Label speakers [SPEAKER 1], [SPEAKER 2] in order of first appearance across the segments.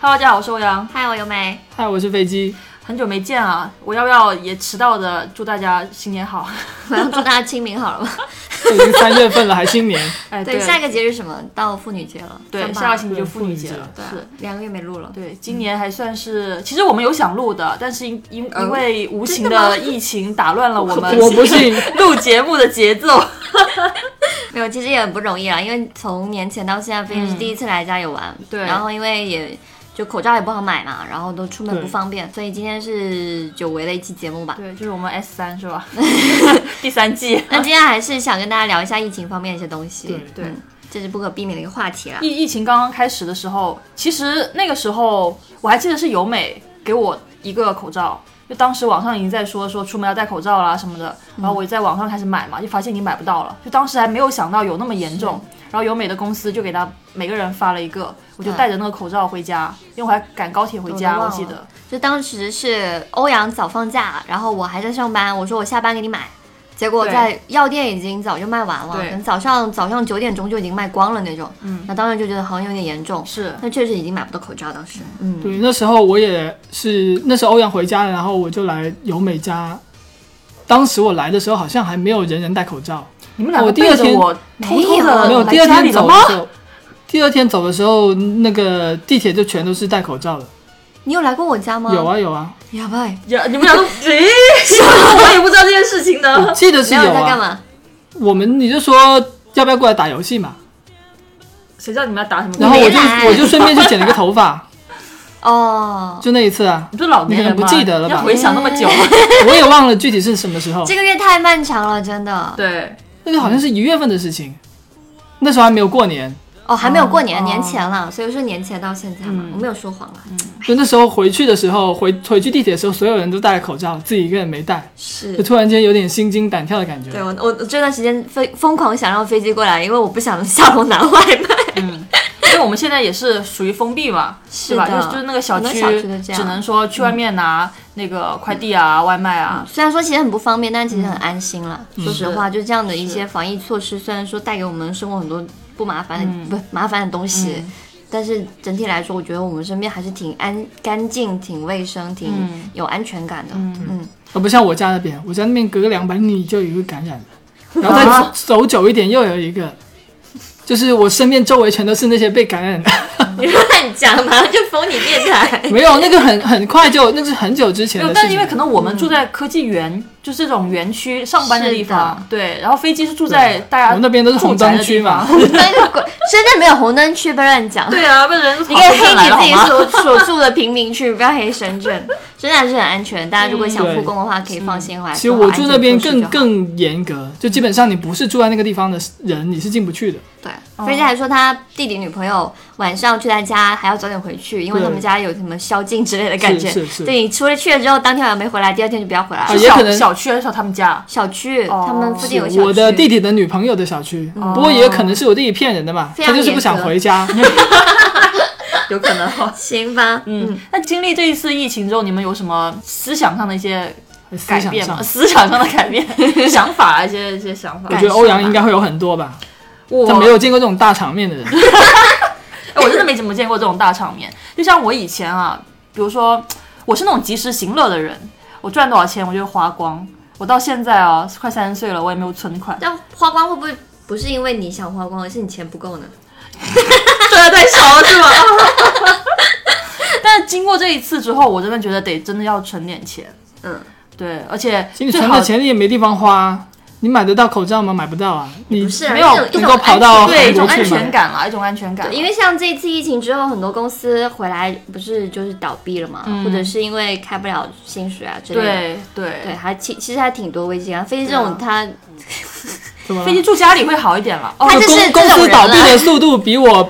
[SPEAKER 1] Hello，大家好，我是欧阳，
[SPEAKER 2] 嗨，我由美。
[SPEAKER 3] 嗨，我是飞机。
[SPEAKER 1] 很久没见啊，我要不要也迟到的祝大家新年 好？
[SPEAKER 2] 我要祝大家清明 好了吧？
[SPEAKER 3] 都已经三月份了，还新年，
[SPEAKER 1] 哎，
[SPEAKER 2] 对，下一个节日是什么？到妇女节了。
[SPEAKER 1] 对
[SPEAKER 2] 三八
[SPEAKER 1] 下个星期就
[SPEAKER 3] 对
[SPEAKER 1] 妇女节了，
[SPEAKER 2] 对啊
[SPEAKER 1] 是。
[SPEAKER 2] 两个月没录了。
[SPEAKER 1] 对，今年还算是，其实我们有想录的，但是因因因为无情
[SPEAKER 2] 真的吗
[SPEAKER 1] 呃的疫情打乱了 我们
[SPEAKER 3] 我不信。
[SPEAKER 1] 录节目的节奏。
[SPEAKER 2] 没有，其实也很不容易啊，因为从年前到现在，飞机是第一次来家里玩。
[SPEAKER 1] 嗯对
[SPEAKER 2] 然后因为也就口罩也不好买嘛，然后都出门
[SPEAKER 3] 对
[SPEAKER 2] 不方便，所以今天是久违的一期节目吧。
[SPEAKER 1] 对，就是我们 S 三是吧？ 第三季。
[SPEAKER 2] 那今天还是想跟大家聊一下疫情方面的一些东西。
[SPEAKER 3] 对
[SPEAKER 1] 对
[SPEAKER 2] 嗯这是不可避免的一个话题啦。
[SPEAKER 1] 疫疫情刚刚开始的时候，其实那个时候我还记得是由美给我一个口罩，就当时网上已经在说说出门要戴口罩啦什么的，然后我在网上开始买嘛，就发现已经买不到了，就当时还没有想到有那么严重。然后由美的公司就给他每个人发了一个，我就戴着那个口罩回家，因为我还赶高铁回
[SPEAKER 2] 我
[SPEAKER 1] 家，
[SPEAKER 2] 都忘
[SPEAKER 1] 我
[SPEAKER 2] 了
[SPEAKER 1] 记得。
[SPEAKER 2] 就当时是欧阳早放假，然后我还在上班，我说我下班给你买，结果
[SPEAKER 1] 对
[SPEAKER 2] 在药店已经早就卖完了，
[SPEAKER 1] 对
[SPEAKER 2] 可能早上早上九点钟就已经卖光了那种。嗯，那当时就觉得好像有点严重，
[SPEAKER 1] 是
[SPEAKER 2] 那确实已经买不到口罩，当时。嗯，
[SPEAKER 3] 对，那时候我也是，那时候欧阳回家了，然后我就来由美家。当时我来的时候，好像还没有人人戴口罩，
[SPEAKER 1] 你们两个
[SPEAKER 3] 我第二
[SPEAKER 1] 背着
[SPEAKER 3] 天
[SPEAKER 1] 我偷偷
[SPEAKER 2] 没
[SPEAKER 1] 的
[SPEAKER 2] 有
[SPEAKER 3] 没有。
[SPEAKER 1] 来
[SPEAKER 3] 第二
[SPEAKER 1] 家里
[SPEAKER 3] 天
[SPEAKER 1] 了
[SPEAKER 3] 走
[SPEAKER 1] 吗
[SPEAKER 3] 的？时候，第二天走的时候，那个地铁就全都是戴口罩的。
[SPEAKER 2] 你有来过我家吗？
[SPEAKER 3] 有，啊 有啊，
[SPEAKER 2] 呀吧，
[SPEAKER 1] 呀你们俩都咦？我也不知道这件事情
[SPEAKER 3] 我
[SPEAKER 1] 呢。
[SPEAKER 3] 记得是
[SPEAKER 2] 哦没有
[SPEAKER 3] 有
[SPEAKER 2] 在干
[SPEAKER 3] 啊。
[SPEAKER 2] 嘛？
[SPEAKER 3] 我们你就说要不要过来打游戏嘛，
[SPEAKER 1] 谁知道你们要打什么？
[SPEAKER 3] 然后我就
[SPEAKER 2] 没来
[SPEAKER 3] 我就顺便去剪了个头发，
[SPEAKER 2] 哦，
[SPEAKER 3] 就那一次啊，
[SPEAKER 1] 你不是老年人吗？
[SPEAKER 3] 你可能不记得了吧
[SPEAKER 1] 要回想那么久。啊
[SPEAKER 3] 我也忘了具体是什么时候，
[SPEAKER 2] 这个月太漫长了，真的。
[SPEAKER 1] 对，
[SPEAKER 3] 那个好像是一月份的事情，那时候还没有过年。
[SPEAKER 2] 哦，还没有过年，
[SPEAKER 1] 哦
[SPEAKER 2] 年前了，所以说年前到现在嘛，我没有说谎啊。
[SPEAKER 3] 就那时候回去的时候，回回去地铁的时候，所有人都戴了口罩，自己一个人没戴，
[SPEAKER 2] 是
[SPEAKER 3] 就。突然间有点心惊胆跳的感觉。
[SPEAKER 2] 对我，我这段时间疯疯狂想让飞机过来，因为我不想下楼拿外卖。
[SPEAKER 1] 因为我们现在也是属于封闭嘛，
[SPEAKER 2] 是
[SPEAKER 1] 吧？
[SPEAKER 2] 的
[SPEAKER 1] 就是就是那个小
[SPEAKER 2] 很
[SPEAKER 1] 区，
[SPEAKER 2] 多小区都这样
[SPEAKER 1] 只能说去外面
[SPEAKER 3] 嗯
[SPEAKER 1] 拿那个快递啊、外卖啊。
[SPEAKER 2] 虽然说其实很不方便，但其实很安心了。说实话，就这样的一
[SPEAKER 1] 是
[SPEAKER 2] 些防疫措施，虽然说带给我们生活很多不麻烦的、不麻烦的东西，但是整体来说，我觉得我们身边还是挺安、干净、挺卫生、挺有安全感的。嗯，
[SPEAKER 3] 而不像我家那边，我家那边隔个两百米就有一个感染 的，然后再走走久一点又有一个，就是我身边周围全都是那些被 感染的。
[SPEAKER 2] 你乱讲，马上就封你电台。
[SPEAKER 3] 没有，那个很很快就，那个是嗯很久之前
[SPEAKER 1] 没有
[SPEAKER 3] 的
[SPEAKER 1] 但
[SPEAKER 3] 事情。
[SPEAKER 1] 是因为可能我们住在科技园，就这种园区上班的地
[SPEAKER 2] 是
[SPEAKER 1] 方，对。然后飞机是住
[SPEAKER 3] 对
[SPEAKER 1] 在大家
[SPEAKER 3] 我那边都是红灯区嘛
[SPEAKER 1] 住宅的 地方。
[SPEAKER 2] 但是鬼 深圳没有红灯区，不要乱讲。
[SPEAKER 1] 对啊，被人
[SPEAKER 2] 你
[SPEAKER 1] 你
[SPEAKER 2] 可以黑你自己所 所住的贫民区，不要黑深圳。深圳还是很安全，大家如果想
[SPEAKER 3] 对
[SPEAKER 2] 复工的话，可以放心回来。
[SPEAKER 3] 其实
[SPEAKER 2] 做好
[SPEAKER 3] 我
[SPEAKER 2] 安
[SPEAKER 3] 住
[SPEAKER 2] 全
[SPEAKER 3] 那边
[SPEAKER 2] 措施就
[SPEAKER 3] 更
[SPEAKER 2] 好
[SPEAKER 3] 更严格，就基本上你不是住在那个地方的人，你是进不去的。
[SPEAKER 2] 对，
[SPEAKER 3] 哦
[SPEAKER 2] 飞机还说他弟弟女朋友晚上去他家还要早点回去，因为他们
[SPEAKER 3] 对
[SPEAKER 2] 家有什么宵禁之类的感觉。
[SPEAKER 3] 是是是
[SPEAKER 2] 对你出了去了之后，当天晚上没回来，第二天就不要回来了。
[SPEAKER 3] 啊也可能
[SPEAKER 1] 小小区还是他们家，
[SPEAKER 2] 小区、他们附近有小区。哦
[SPEAKER 3] 我的弟弟的女朋友的小区，不过也有可能是我弟弟骗人的嘛，
[SPEAKER 2] 非常
[SPEAKER 3] 他就是不想
[SPEAKER 2] 严格
[SPEAKER 3] 回 家。
[SPEAKER 1] 有可能。
[SPEAKER 2] 行吧，嗯，
[SPEAKER 1] 那经历这一次疫情之后，你们有什么思想上的一些
[SPEAKER 3] 思
[SPEAKER 1] 改
[SPEAKER 3] 想
[SPEAKER 1] 变
[SPEAKER 3] 上
[SPEAKER 1] 吗？，思想上的改 变，想法啊一些一些想法
[SPEAKER 3] 我。
[SPEAKER 2] 感
[SPEAKER 3] 觉得
[SPEAKER 2] 受
[SPEAKER 3] 欧阳
[SPEAKER 2] 吧，
[SPEAKER 3] 应该会有很多吧，
[SPEAKER 1] 我
[SPEAKER 3] 他没有见过这种大场面的人。
[SPEAKER 1] 哎，我真的没怎么见过这种大场面。就像我以前啊，比如说我是那种及时行乐的人，我赚多少钱我就花光。我到现在啊，快三十岁了，我也没有存款
[SPEAKER 2] 但花光会不会不是因为你想花光，而是你钱不够呢？
[SPEAKER 1] 赚啊的太少了是吧？ 但是经过这一次之后，我真的觉得得真的要存点钱。
[SPEAKER 2] 嗯，
[SPEAKER 1] 对，而且
[SPEAKER 3] 其实你
[SPEAKER 1] 最
[SPEAKER 3] 存
[SPEAKER 1] 好
[SPEAKER 3] 的钱你也没地方花啊，你买得到口罩吗？买不到啊，你
[SPEAKER 2] 不是啊
[SPEAKER 1] 没有
[SPEAKER 2] 这种一种
[SPEAKER 3] 能够
[SPEAKER 2] 安
[SPEAKER 3] 跑
[SPEAKER 2] 全
[SPEAKER 3] 到
[SPEAKER 1] 对
[SPEAKER 3] 韩
[SPEAKER 1] 一种
[SPEAKER 3] 国
[SPEAKER 1] 安
[SPEAKER 3] 去吗
[SPEAKER 1] 全？感啦，一种安全感啦。
[SPEAKER 2] 嗯因为像这一次疫情之后，很多公司回来不是就是倒闭了嘛，
[SPEAKER 3] 嗯
[SPEAKER 2] 或者是因为开不了薪水啊之类的。
[SPEAKER 1] 对对，
[SPEAKER 2] 对，还其其实还挺多危机啊。飞机这种
[SPEAKER 1] 对
[SPEAKER 2] 它，
[SPEAKER 3] 怎么了
[SPEAKER 1] 飞机住家里会好一点了。哦
[SPEAKER 2] 它，就是
[SPEAKER 3] 公
[SPEAKER 2] 这
[SPEAKER 3] 公
[SPEAKER 2] 种
[SPEAKER 3] 司
[SPEAKER 2] 人
[SPEAKER 3] 倒闭
[SPEAKER 2] 了
[SPEAKER 3] 的速度比我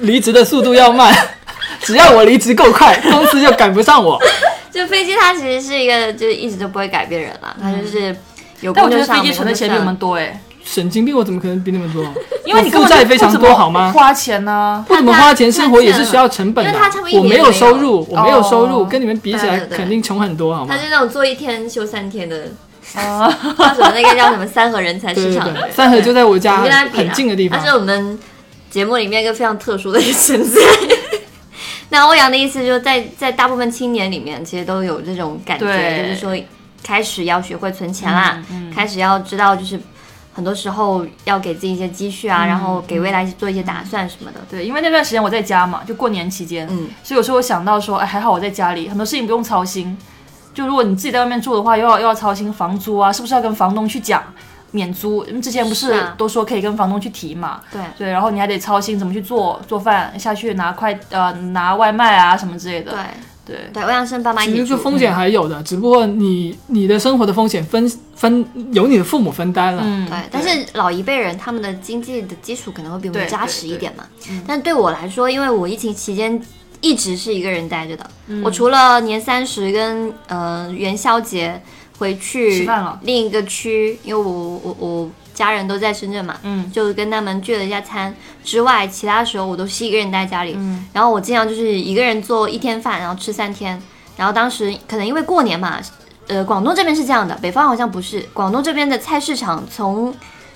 [SPEAKER 3] 离职的速度要慢， 只要我离职够快，公司就赶不上我。
[SPEAKER 2] 就飞机它其实是一个，就一直都不会改变人
[SPEAKER 3] 嗯
[SPEAKER 2] 了，它就是有
[SPEAKER 1] 但
[SPEAKER 2] 工
[SPEAKER 1] 我觉
[SPEAKER 2] 作
[SPEAKER 1] 得
[SPEAKER 2] 上。
[SPEAKER 1] 飞机存的钱比我们多哎，
[SPEAKER 3] 神经病，我怎么可能比你们多？
[SPEAKER 1] 因为你根
[SPEAKER 3] 哦负
[SPEAKER 1] 本
[SPEAKER 3] 债
[SPEAKER 1] 就
[SPEAKER 3] 非常
[SPEAKER 1] 不怎
[SPEAKER 3] 多，
[SPEAKER 1] 么
[SPEAKER 3] 好吗？
[SPEAKER 1] 花钱啊呢？
[SPEAKER 3] 为什么花钱生活也是需要成本的
[SPEAKER 2] 因为他差不多？一
[SPEAKER 3] 我
[SPEAKER 2] 年没有
[SPEAKER 3] 有收入，我没有收入，
[SPEAKER 1] 哦
[SPEAKER 3] 跟你们比起来
[SPEAKER 2] 对对对
[SPEAKER 3] 肯定穷很多，好吗
[SPEAKER 2] 它？是那种做一天休三天的，
[SPEAKER 1] 啊，
[SPEAKER 2] 叫什么那个叫什么三和人才
[SPEAKER 3] 对
[SPEAKER 2] 市
[SPEAKER 3] 对
[SPEAKER 2] 场，
[SPEAKER 3] 对，三河就在我家
[SPEAKER 2] 你跟它比啊
[SPEAKER 3] 很近的地方
[SPEAKER 2] 它。是我们节目里面一个非常特殊的一个存在。 那欧阳的意思就是在在大部分青年里面，其实都有这种感觉，
[SPEAKER 1] 对
[SPEAKER 2] 就是说开始要学会存钱啦，
[SPEAKER 3] 嗯
[SPEAKER 2] 开始要知道就是很多时候要给自己一些积蓄啊，
[SPEAKER 3] 嗯
[SPEAKER 2] 然后给未来做一些打算什么的。
[SPEAKER 1] 对，因为那段时间我在家嘛，就过年期间，
[SPEAKER 2] 嗯，
[SPEAKER 1] 所以有时候我想到说，哎，还好我在家里，很多事情不用操心。就如果你自己在外面住的话，又要又要操心房租啊，是不是要跟房东去讲免租？因为之前不
[SPEAKER 2] 是
[SPEAKER 1] 是
[SPEAKER 2] 啊
[SPEAKER 1] 都说可以跟房东去提嘛？
[SPEAKER 2] 对
[SPEAKER 1] 对，然后你还得操心怎么去做做饭，下去拿快呃拿外卖啊什么之类的。
[SPEAKER 2] 对
[SPEAKER 1] 对
[SPEAKER 2] 对，欧阳生爸妈一
[SPEAKER 3] 其
[SPEAKER 2] 起
[SPEAKER 3] 实就
[SPEAKER 2] 住，
[SPEAKER 3] 风险还有的，只不过你你的生活的风险分分由你的父母分担了。
[SPEAKER 1] 嗯，
[SPEAKER 2] 对，但是老一辈人他们的经济的基础可能会比我们
[SPEAKER 1] 对
[SPEAKER 2] 扎
[SPEAKER 1] 对
[SPEAKER 2] 实
[SPEAKER 1] 对
[SPEAKER 2] 一点嘛。
[SPEAKER 3] 嗯
[SPEAKER 2] 但对我来说，因为我疫情期间一直是一个人待着的，
[SPEAKER 1] 嗯
[SPEAKER 2] 我除了年三十跟呃元宵节回
[SPEAKER 1] 吃
[SPEAKER 2] 去
[SPEAKER 1] 饭了
[SPEAKER 2] 另一个区，因为我我我家人都在深圳嘛，
[SPEAKER 1] 嗯，
[SPEAKER 2] 就跟他们聚了一下餐之外，其他时候我都是一个人待家里。
[SPEAKER 1] 嗯
[SPEAKER 2] 然后我经常就是一个人做一天饭，然后吃三天。然后当时可能因为过年嘛，呃，广东这边是这样的，北方好像不是。广东这边的菜市场从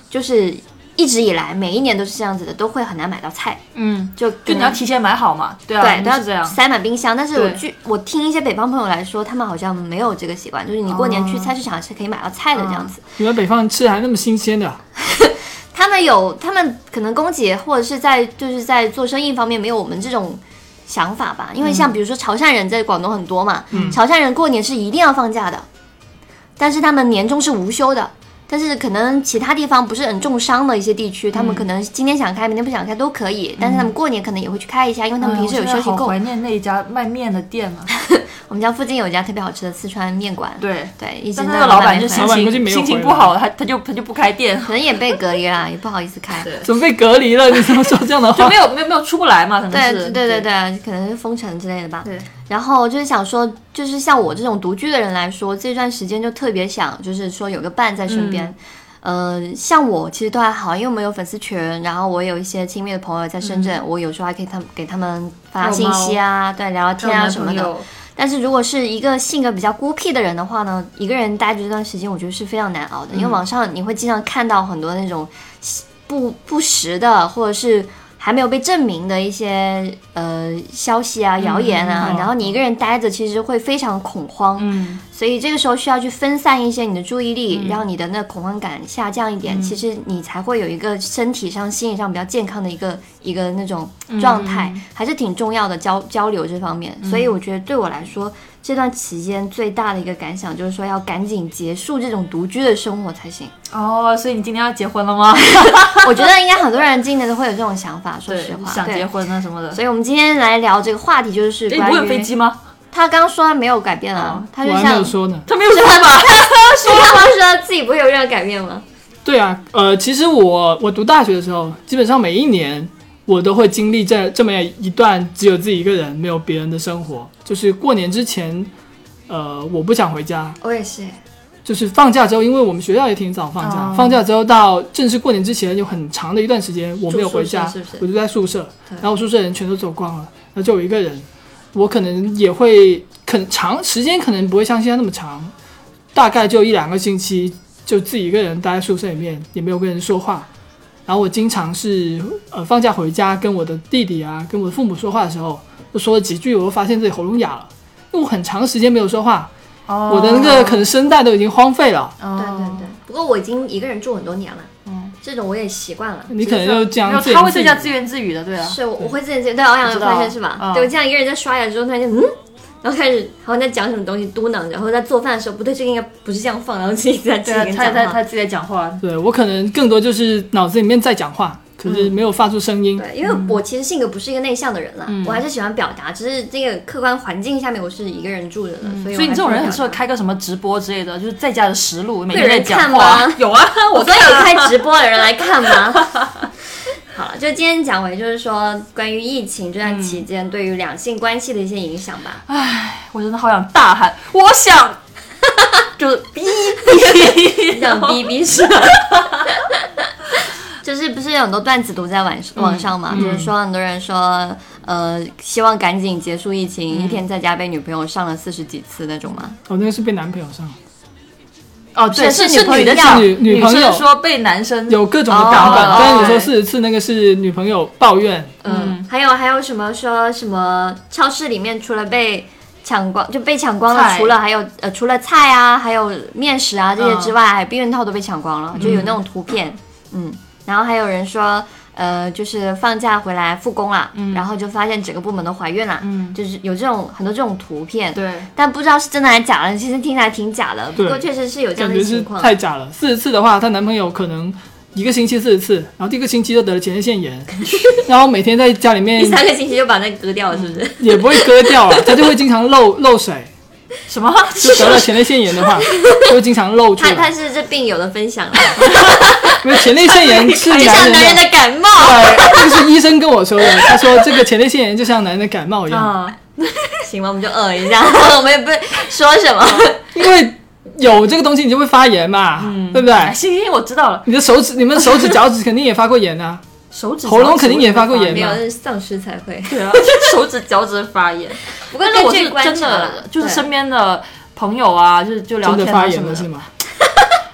[SPEAKER 2] 就是一直以来每一年都是这样子的，都会很难买到菜，
[SPEAKER 1] 嗯，
[SPEAKER 2] 就
[SPEAKER 1] 就
[SPEAKER 2] 可
[SPEAKER 1] 你
[SPEAKER 2] 能
[SPEAKER 1] 要提前买好嘛，对啊，
[SPEAKER 2] 对
[SPEAKER 1] 都
[SPEAKER 2] 都要
[SPEAKER 1] 是这样。
[SPEAKER 2] 塞满冰箱。但是我
[SPEAKER 1] 对
[SPEAKER 2] 据我听一些北方朋友来说，他们好像没有这个习惯，就是你过年
[SPEAKER 1] 哦
[SPEAKER 2] 去菜市场是可以买到菜的这
[SPEAKER 1] 嗯
[SPEAKER 2] 样子。
[SPEAKER 3] 你们北方吃还那么新鲜的，
[SPEAKER 2] 他们有，他们可能供给或者是在就是在做生意方面没有我们这种想法吧，因为
[SPEAKER 1] 嗯
[SPEAKER 2] 像比如说潮汕人在广东很多嘛，潮汕人过年是一定要放假的，但是他们年终是无休的。但是可能其他地方不是很重商的一些地区，
[SPEAKER 1] 嗯
[SPEAKER 2] 他们可能今天想开，明天不想开都可以，但是他们过年可能也会去开一下，因为他们平时有
[SPEAKER 1] 哎呀我现在
[SPEAKER 2] 休息
[SPEAKER 1] 嗯好
[SPEAKER 2] 够。
[SPEAKER 1] 怀念那一家卖面的店啊。
[SPEAKER 2] 我们家附近有一家特别好吃的四川面馆，
[SPEAKER 1] 对，
[SPEAKER 2] 对，一直
[SPEAKER 1] 但是那
[SPEAKER 2] 在
[SPEAKER 1] 个老板就
[SPEAKER 2] 没
[SPEAKER 1] 心
[SPEAKER 2] 回
[SPEAKER 3] 老
[SPEAKER 2] 来
[SPEAKER 3] 板估计没
[SPEAKER 1] 情
[SPEAKER 3] 有
[SPEAKER 1] 心情
[SPEAKER 3] 回
[SPEAKER 1] 不
[SPEAKER 3] 来
[SPEAKER 1] 好，他他就他就不开店，
[SPEAKER 2] 可能也被隔离啦，也不好意思开。
[SPEAKER 1] 对
[SPEAKER 3] 准备隔离了，你怎么说这样的
[SPEAKER 1] 就
[SPEAKER 3] 话
[SPEAKER 1] 没？有没有没有出不来嘛，可能
[SPEAKER 2] 对
[SPEAKER 1] 是
[SPEAKER 2] 对对对，可能是封城之类的吧。
[SPEAKER 1] 对
[SPEAKER 2] 然后就是想说，就是像我这种独居的人来说，这段时间就特别想，就是说有个伴在身边。
[SPEAKER 1] 嗯
[SPEAKER 2] 呃，像我其实都还好，因为我们有粉丝群，然后我有一些亲密的朋友在深
[SPEAKER 1] 嗯
[SPEAKER 2] 圳，我有时候还可以他们给他们
[SPEAKER 1] 还
[SPEAKER 2] 发
[SPEAKER 1] 有
[SPEAKER 2] 信息啊，对，聊聊
[SPEAKER 1] 像
[SPEAKER 2] 天
[SPEAKER 1] 我
[SPEAKER 2] 啊
[SPEAKER 1] 男
[SPEAKER 2] 什么
[SPEAKER 1] 朋
[SPEAKER 2] 的。
[SPEAKER 1] 友，
[SPEAKER 2] 但是如果是一个性格比较孤僻的人的话呢，一个人待着这段时间，我觉得是非常难熬的，因为
[SPEAKER 3] 嗯
[SPEAKER 2] 网上你会经常看到很多那种不不实的，或者是还没有被证明的一些呃消息啊、谣言啊，
[SPEAKER 3] 嗯
[SPEAKER 2] 然后你一个人待着，其实会非常恐慌，
[SPEAKER 1] 嗯，
[SPEAKER 2] 所以这个时候需要去分散一些你的注意力，让你的那恐慌感下降一点，
[SPEAKER 1] 嗯
[SPEAKER 2] 其实你才会有一个身体上、心理上比较健康的一个一个那种
[SPEAKER 1] 嗯
[SPEAKER 2] 状态，还是挺重要的交交流这方面。所以我觉得对我来说，这段期间最大的一个感想就是说，要赶紧结束这种独居的生活才 行。
[SPEAKER 1] 哦，所以你今天要结婚了吗？
[SPEAKER 2] 我觉得应该很多人今年都会有这种想法，说实话，
[SPEAKER 1] 想结
[SPEAKER 2] 对。
[SPEAKER 1] 婚啊什么的。
[SPEAKER 2] 所以我们今天来聊这个话题，就是
[SPEAKER 1] 哎，你不会
[SPEAKER 2] 关
[SPEAKER 1] 有飞
[SPEAKER 2] 于
[SPEAKER 1] 机吗？
[SPEAKER 2] 他刚刚说没有改变啊
[SPEAKER 1] 哦，
[SPEAKER 2] 他就
[SPEAKER 3] 我还没
[SPEAKER 2] 像
[SPEAKER 3] 有 说呢。
[SPEAKER 1] 他没有说吧？
[SPEAKER 2] 你刚刚说自己不会有任何改变吗？
[SPEAKER 3] 对啊，呃，其实我我读大学的时候，基本上每一年我都会经历这这么一段只有自己一个人没有别人的生活，就是过年之前，呃，我不想回家，
[SPEAKER 2] 我也是，
[SPEAKER 3] 就是放假之后，因为我们学校也挺早放假，
[SPEAKER 1] 哦
[SPEAKER 3] 放假之后到正式过年之前有很长的一段时间我没有回家，
[SPEAKER 2] 住宿舍是不是
[SPEAKER 3] 我就在宿舍，
[SPEAKER 2] 对
[SPEAKER 3] 然后宿舍人全都走光了，然后就我一个人，我可能也会可能长时间可能不会像现在那么长，大概就一两个星期，就自己一个人待在宿舍里面，也没有跟人说话。然后我经常是呃放假回家跟我的弟弟啊，跟我的父母说话的时候，就说了几句，我就发现自己喉咙哑了，因为我很长时间没有说话，我的那
[SPEAKER 1] 哦
[SPEAKER 3] 个可能声带都已经荒废了。
[SPEAKER 2] 对对对。不过我已经一个人住很多年了，
[SPEAKER 1] 嗯，
[SPEAKER 2] 这种我也习惯了。
[SPEAKER 3] 你可能就这
[SPEAKER 1] 没有，
[SPEAKER 3] 样自
[SPEAKER 1] 他
[SPEAKER 3] 言
[SPEAKER 1] 会
[SPEAKER 3] 自
[SPEAKER 1] 在
[SPEAKER 3] 语
[SPEAKER 1] 家自言自语的，对啊。
[SPEAKER 2] 是我我会自己自己对欧阳有
[SPEAKER 1] 我知道
[SPEAKER 2] 发现是吧？
[SPEAKER 1] 嗯
[SPEAKER 2] 对我这样一个人在刷牙之后，突然间嗯，然后开始好像在讲什么东西嘟囔，然后在做饭的时候不对，这个应该不是这样放，然后自己在自
[SPEAKER 1] 对
[SPEAKER 2] 己
[SPEAKER 1] 啊，他他
[SPEAKER 2] 跟讲话。
[SPEAKER 1] 他自己在讲话，
[SPEAKER 3] 对我可能更多就是脑子里面在讲话，可
[SPEAKER 1] 嗯
[SPEAKER 3] 是没有发出声音。
[SPEAKER 2] 对，因为我其实性格不是一个内向的人啦，
[SPEAKER 1] 嗯
[SPEAKER 2] 我还是喜欢表达，只是这个客观环境下面我是一个人住着的，所
[SPEAKER 1] 嗯
[SPEAKER 2] 以
[SPEAKER 1] 所以你这种人很适
[SPEAKER 2] 受
[SPEAKER 1] 合开个什么直播之类的，就是在家的实录，每
[SPEAKER 2] 有
[SPEAKER 1] 天在
[SPEAKER 2] 人看
[SPEAKER 1] 讲话
[SPEAKER 2] 吗。
[SPEAKER 1] 有啊，
[SPEAKER 2] 我
[SPEAKER 1] 我
[SPEAKER 2] 所以
[SPEAKER 1] 看啊
[SPEAKER 2] 开直播的人来 看吗？好了，就今天讲回，就是说关于疫情这段
[SPEAKER 1] 嗯
[SPEAKER 2] 期间对于两性关系的一些影响吧。
[SPEAKER 1] 我真的好想大喊，我想，就是哔哔，
[SPEAKER 2] 让逼逼是吧？就是不是有很多段子读在网网上嘛？就是说很多人说，呃，希望赶紧结束疫情，一天在家被女朋友上了四十几次那种嘛。
[SPEAKER 3] 哦，那个是被男朋友上，
[SPEAKER 1] 哦，对，
[SPEAKER 2] 是
[SPEAKER 1] 是
[SPEAKER 2] 是女朋
[SPEAKER 1] 女的
[SPEAKER 2] 友
[SPEAKER 1] 讲，
[SPEAKER 3] 女女朋友
[SPEAKER 1] 生说被男生
[SPEAKER 3] 有各种的打
[SPEAKER 1] 哦
[SPEAKER 3] 扮。但是你
[SPEAKER 1] 对
[SPEAKER 3] 说四十次那个是女朋友抱怨，
[SPEAKER 1] 嗯
[SPEAKER 2] 还有还有什么说什么超市里面除了被抢光就被抢光了，
[SPEAKER 1] 菜
[SPEAKER 2] 除了还有呃除了菜啊，还有面食啊这些之外，还避孕套都被抢光了，就有那种图片，嗯，然后还有人说。呃，就是放假回来复工啦，然后就发现整个部门都怀孕啦，
[SPEAKER 1] 嗯
[SPEAKER 2] 就是有这种很多这种图片，
[SPEAKER 1] 对，
[SPEAKER 2] 但不知道是真的还是假的，其实听起来挺假的，不
[SPEAKER 3] 对
[SPEAKER 2] 过确实是有这样
[SPEAKER 3] 感
[SPEAKER 2] 的
[SPEAKER 3] 觉是
[SPEAKER 2] 情况，
[SPEAKER 3] 太假了。四十次的话，她男朋友可能一个星期四十次，然后第一个星期就得了前列 腺炎，然后每天在家里面
[SPEAKER 2] 第三个星期就把那个割掉了，是不
[SPEAKER 1] 嗯
[SPEAKER 2] 是？
[SPEAKER 3] 也不会割掉啊，她就会经常漏漏水。
[SPEAKER 1] 什么？
[SPEAKER 3] 就得了前列腺炎的话，就会经常漏 出
[SPEAKER 2] 他他
[SPEAKER 3] 来，
[SPEAKER 2] 是这病友的分 享了，
[SPEAKER 3] 因为前列腺炎是
[SPEAKER 2] 就像男
[SPEAKER 3] 男
[SPEAKER 2] 人
[SPEAKER 3] 人的。
[SPEAKER 2] 的感冒。
[SPEAKER 3] 对，这个是医生跟我说的，他说这个前列腺炎就像男人的感冒一样，
[SPEAKER 1] 啊，
[SPEAKER 2] 行吧，我们就呃一下， 我们也不说什么。
[SPEAKER 3] 因为有这个东西你就会发炎嘛，
[SPEAKER 2] 嗯
[SPEAKER 3] 对不对？
[SPEAKER 1] 哎行行，行我知道了，
[SPEAKER 3] 你的手指、你们手指、脚趾肯定也发过 炎啊，
[SPEAKER 1] 手指
[SPEAKER 3] 喉咙肯定也发过炎
[SPEAKER 1] 嘛。
[SPEAKER 2] 没有，
[SPEAKER 3] 吧
[SPEAKER 2] 那是丧尸才会。
[SPEAKER 1] 对 啊，手指脚趾发 炎。
[SPEAKER 2] 不过
[SPEAKER 1] 但是
[SPEAKER 2] 根
[SPEAKER 1] 我
[SPEAKER 2] 据
[SPEAKER 1] 是
[SPEAKER 2] 观
[SPEAKER 1] 真
[SPEAKER 2] 察啦
[SPEAKER 1] 的，就是
[SPEAKER 2] 对
[SPEAKER 1] 身边的朋友啊，就是就聊
[SPEAKER 3] 真的
[SPEAKER 2] 哦
[SPEAKER 1] 天
[SPEAKER 3] 发
[SPEAKER 1] 啊
[SPEAKER 3] 炎
[SPEAKER 1] 什么
[SPEAKER 3] 了是
[SPEAKER 1] 的，
[SPEAKER 3] 吗？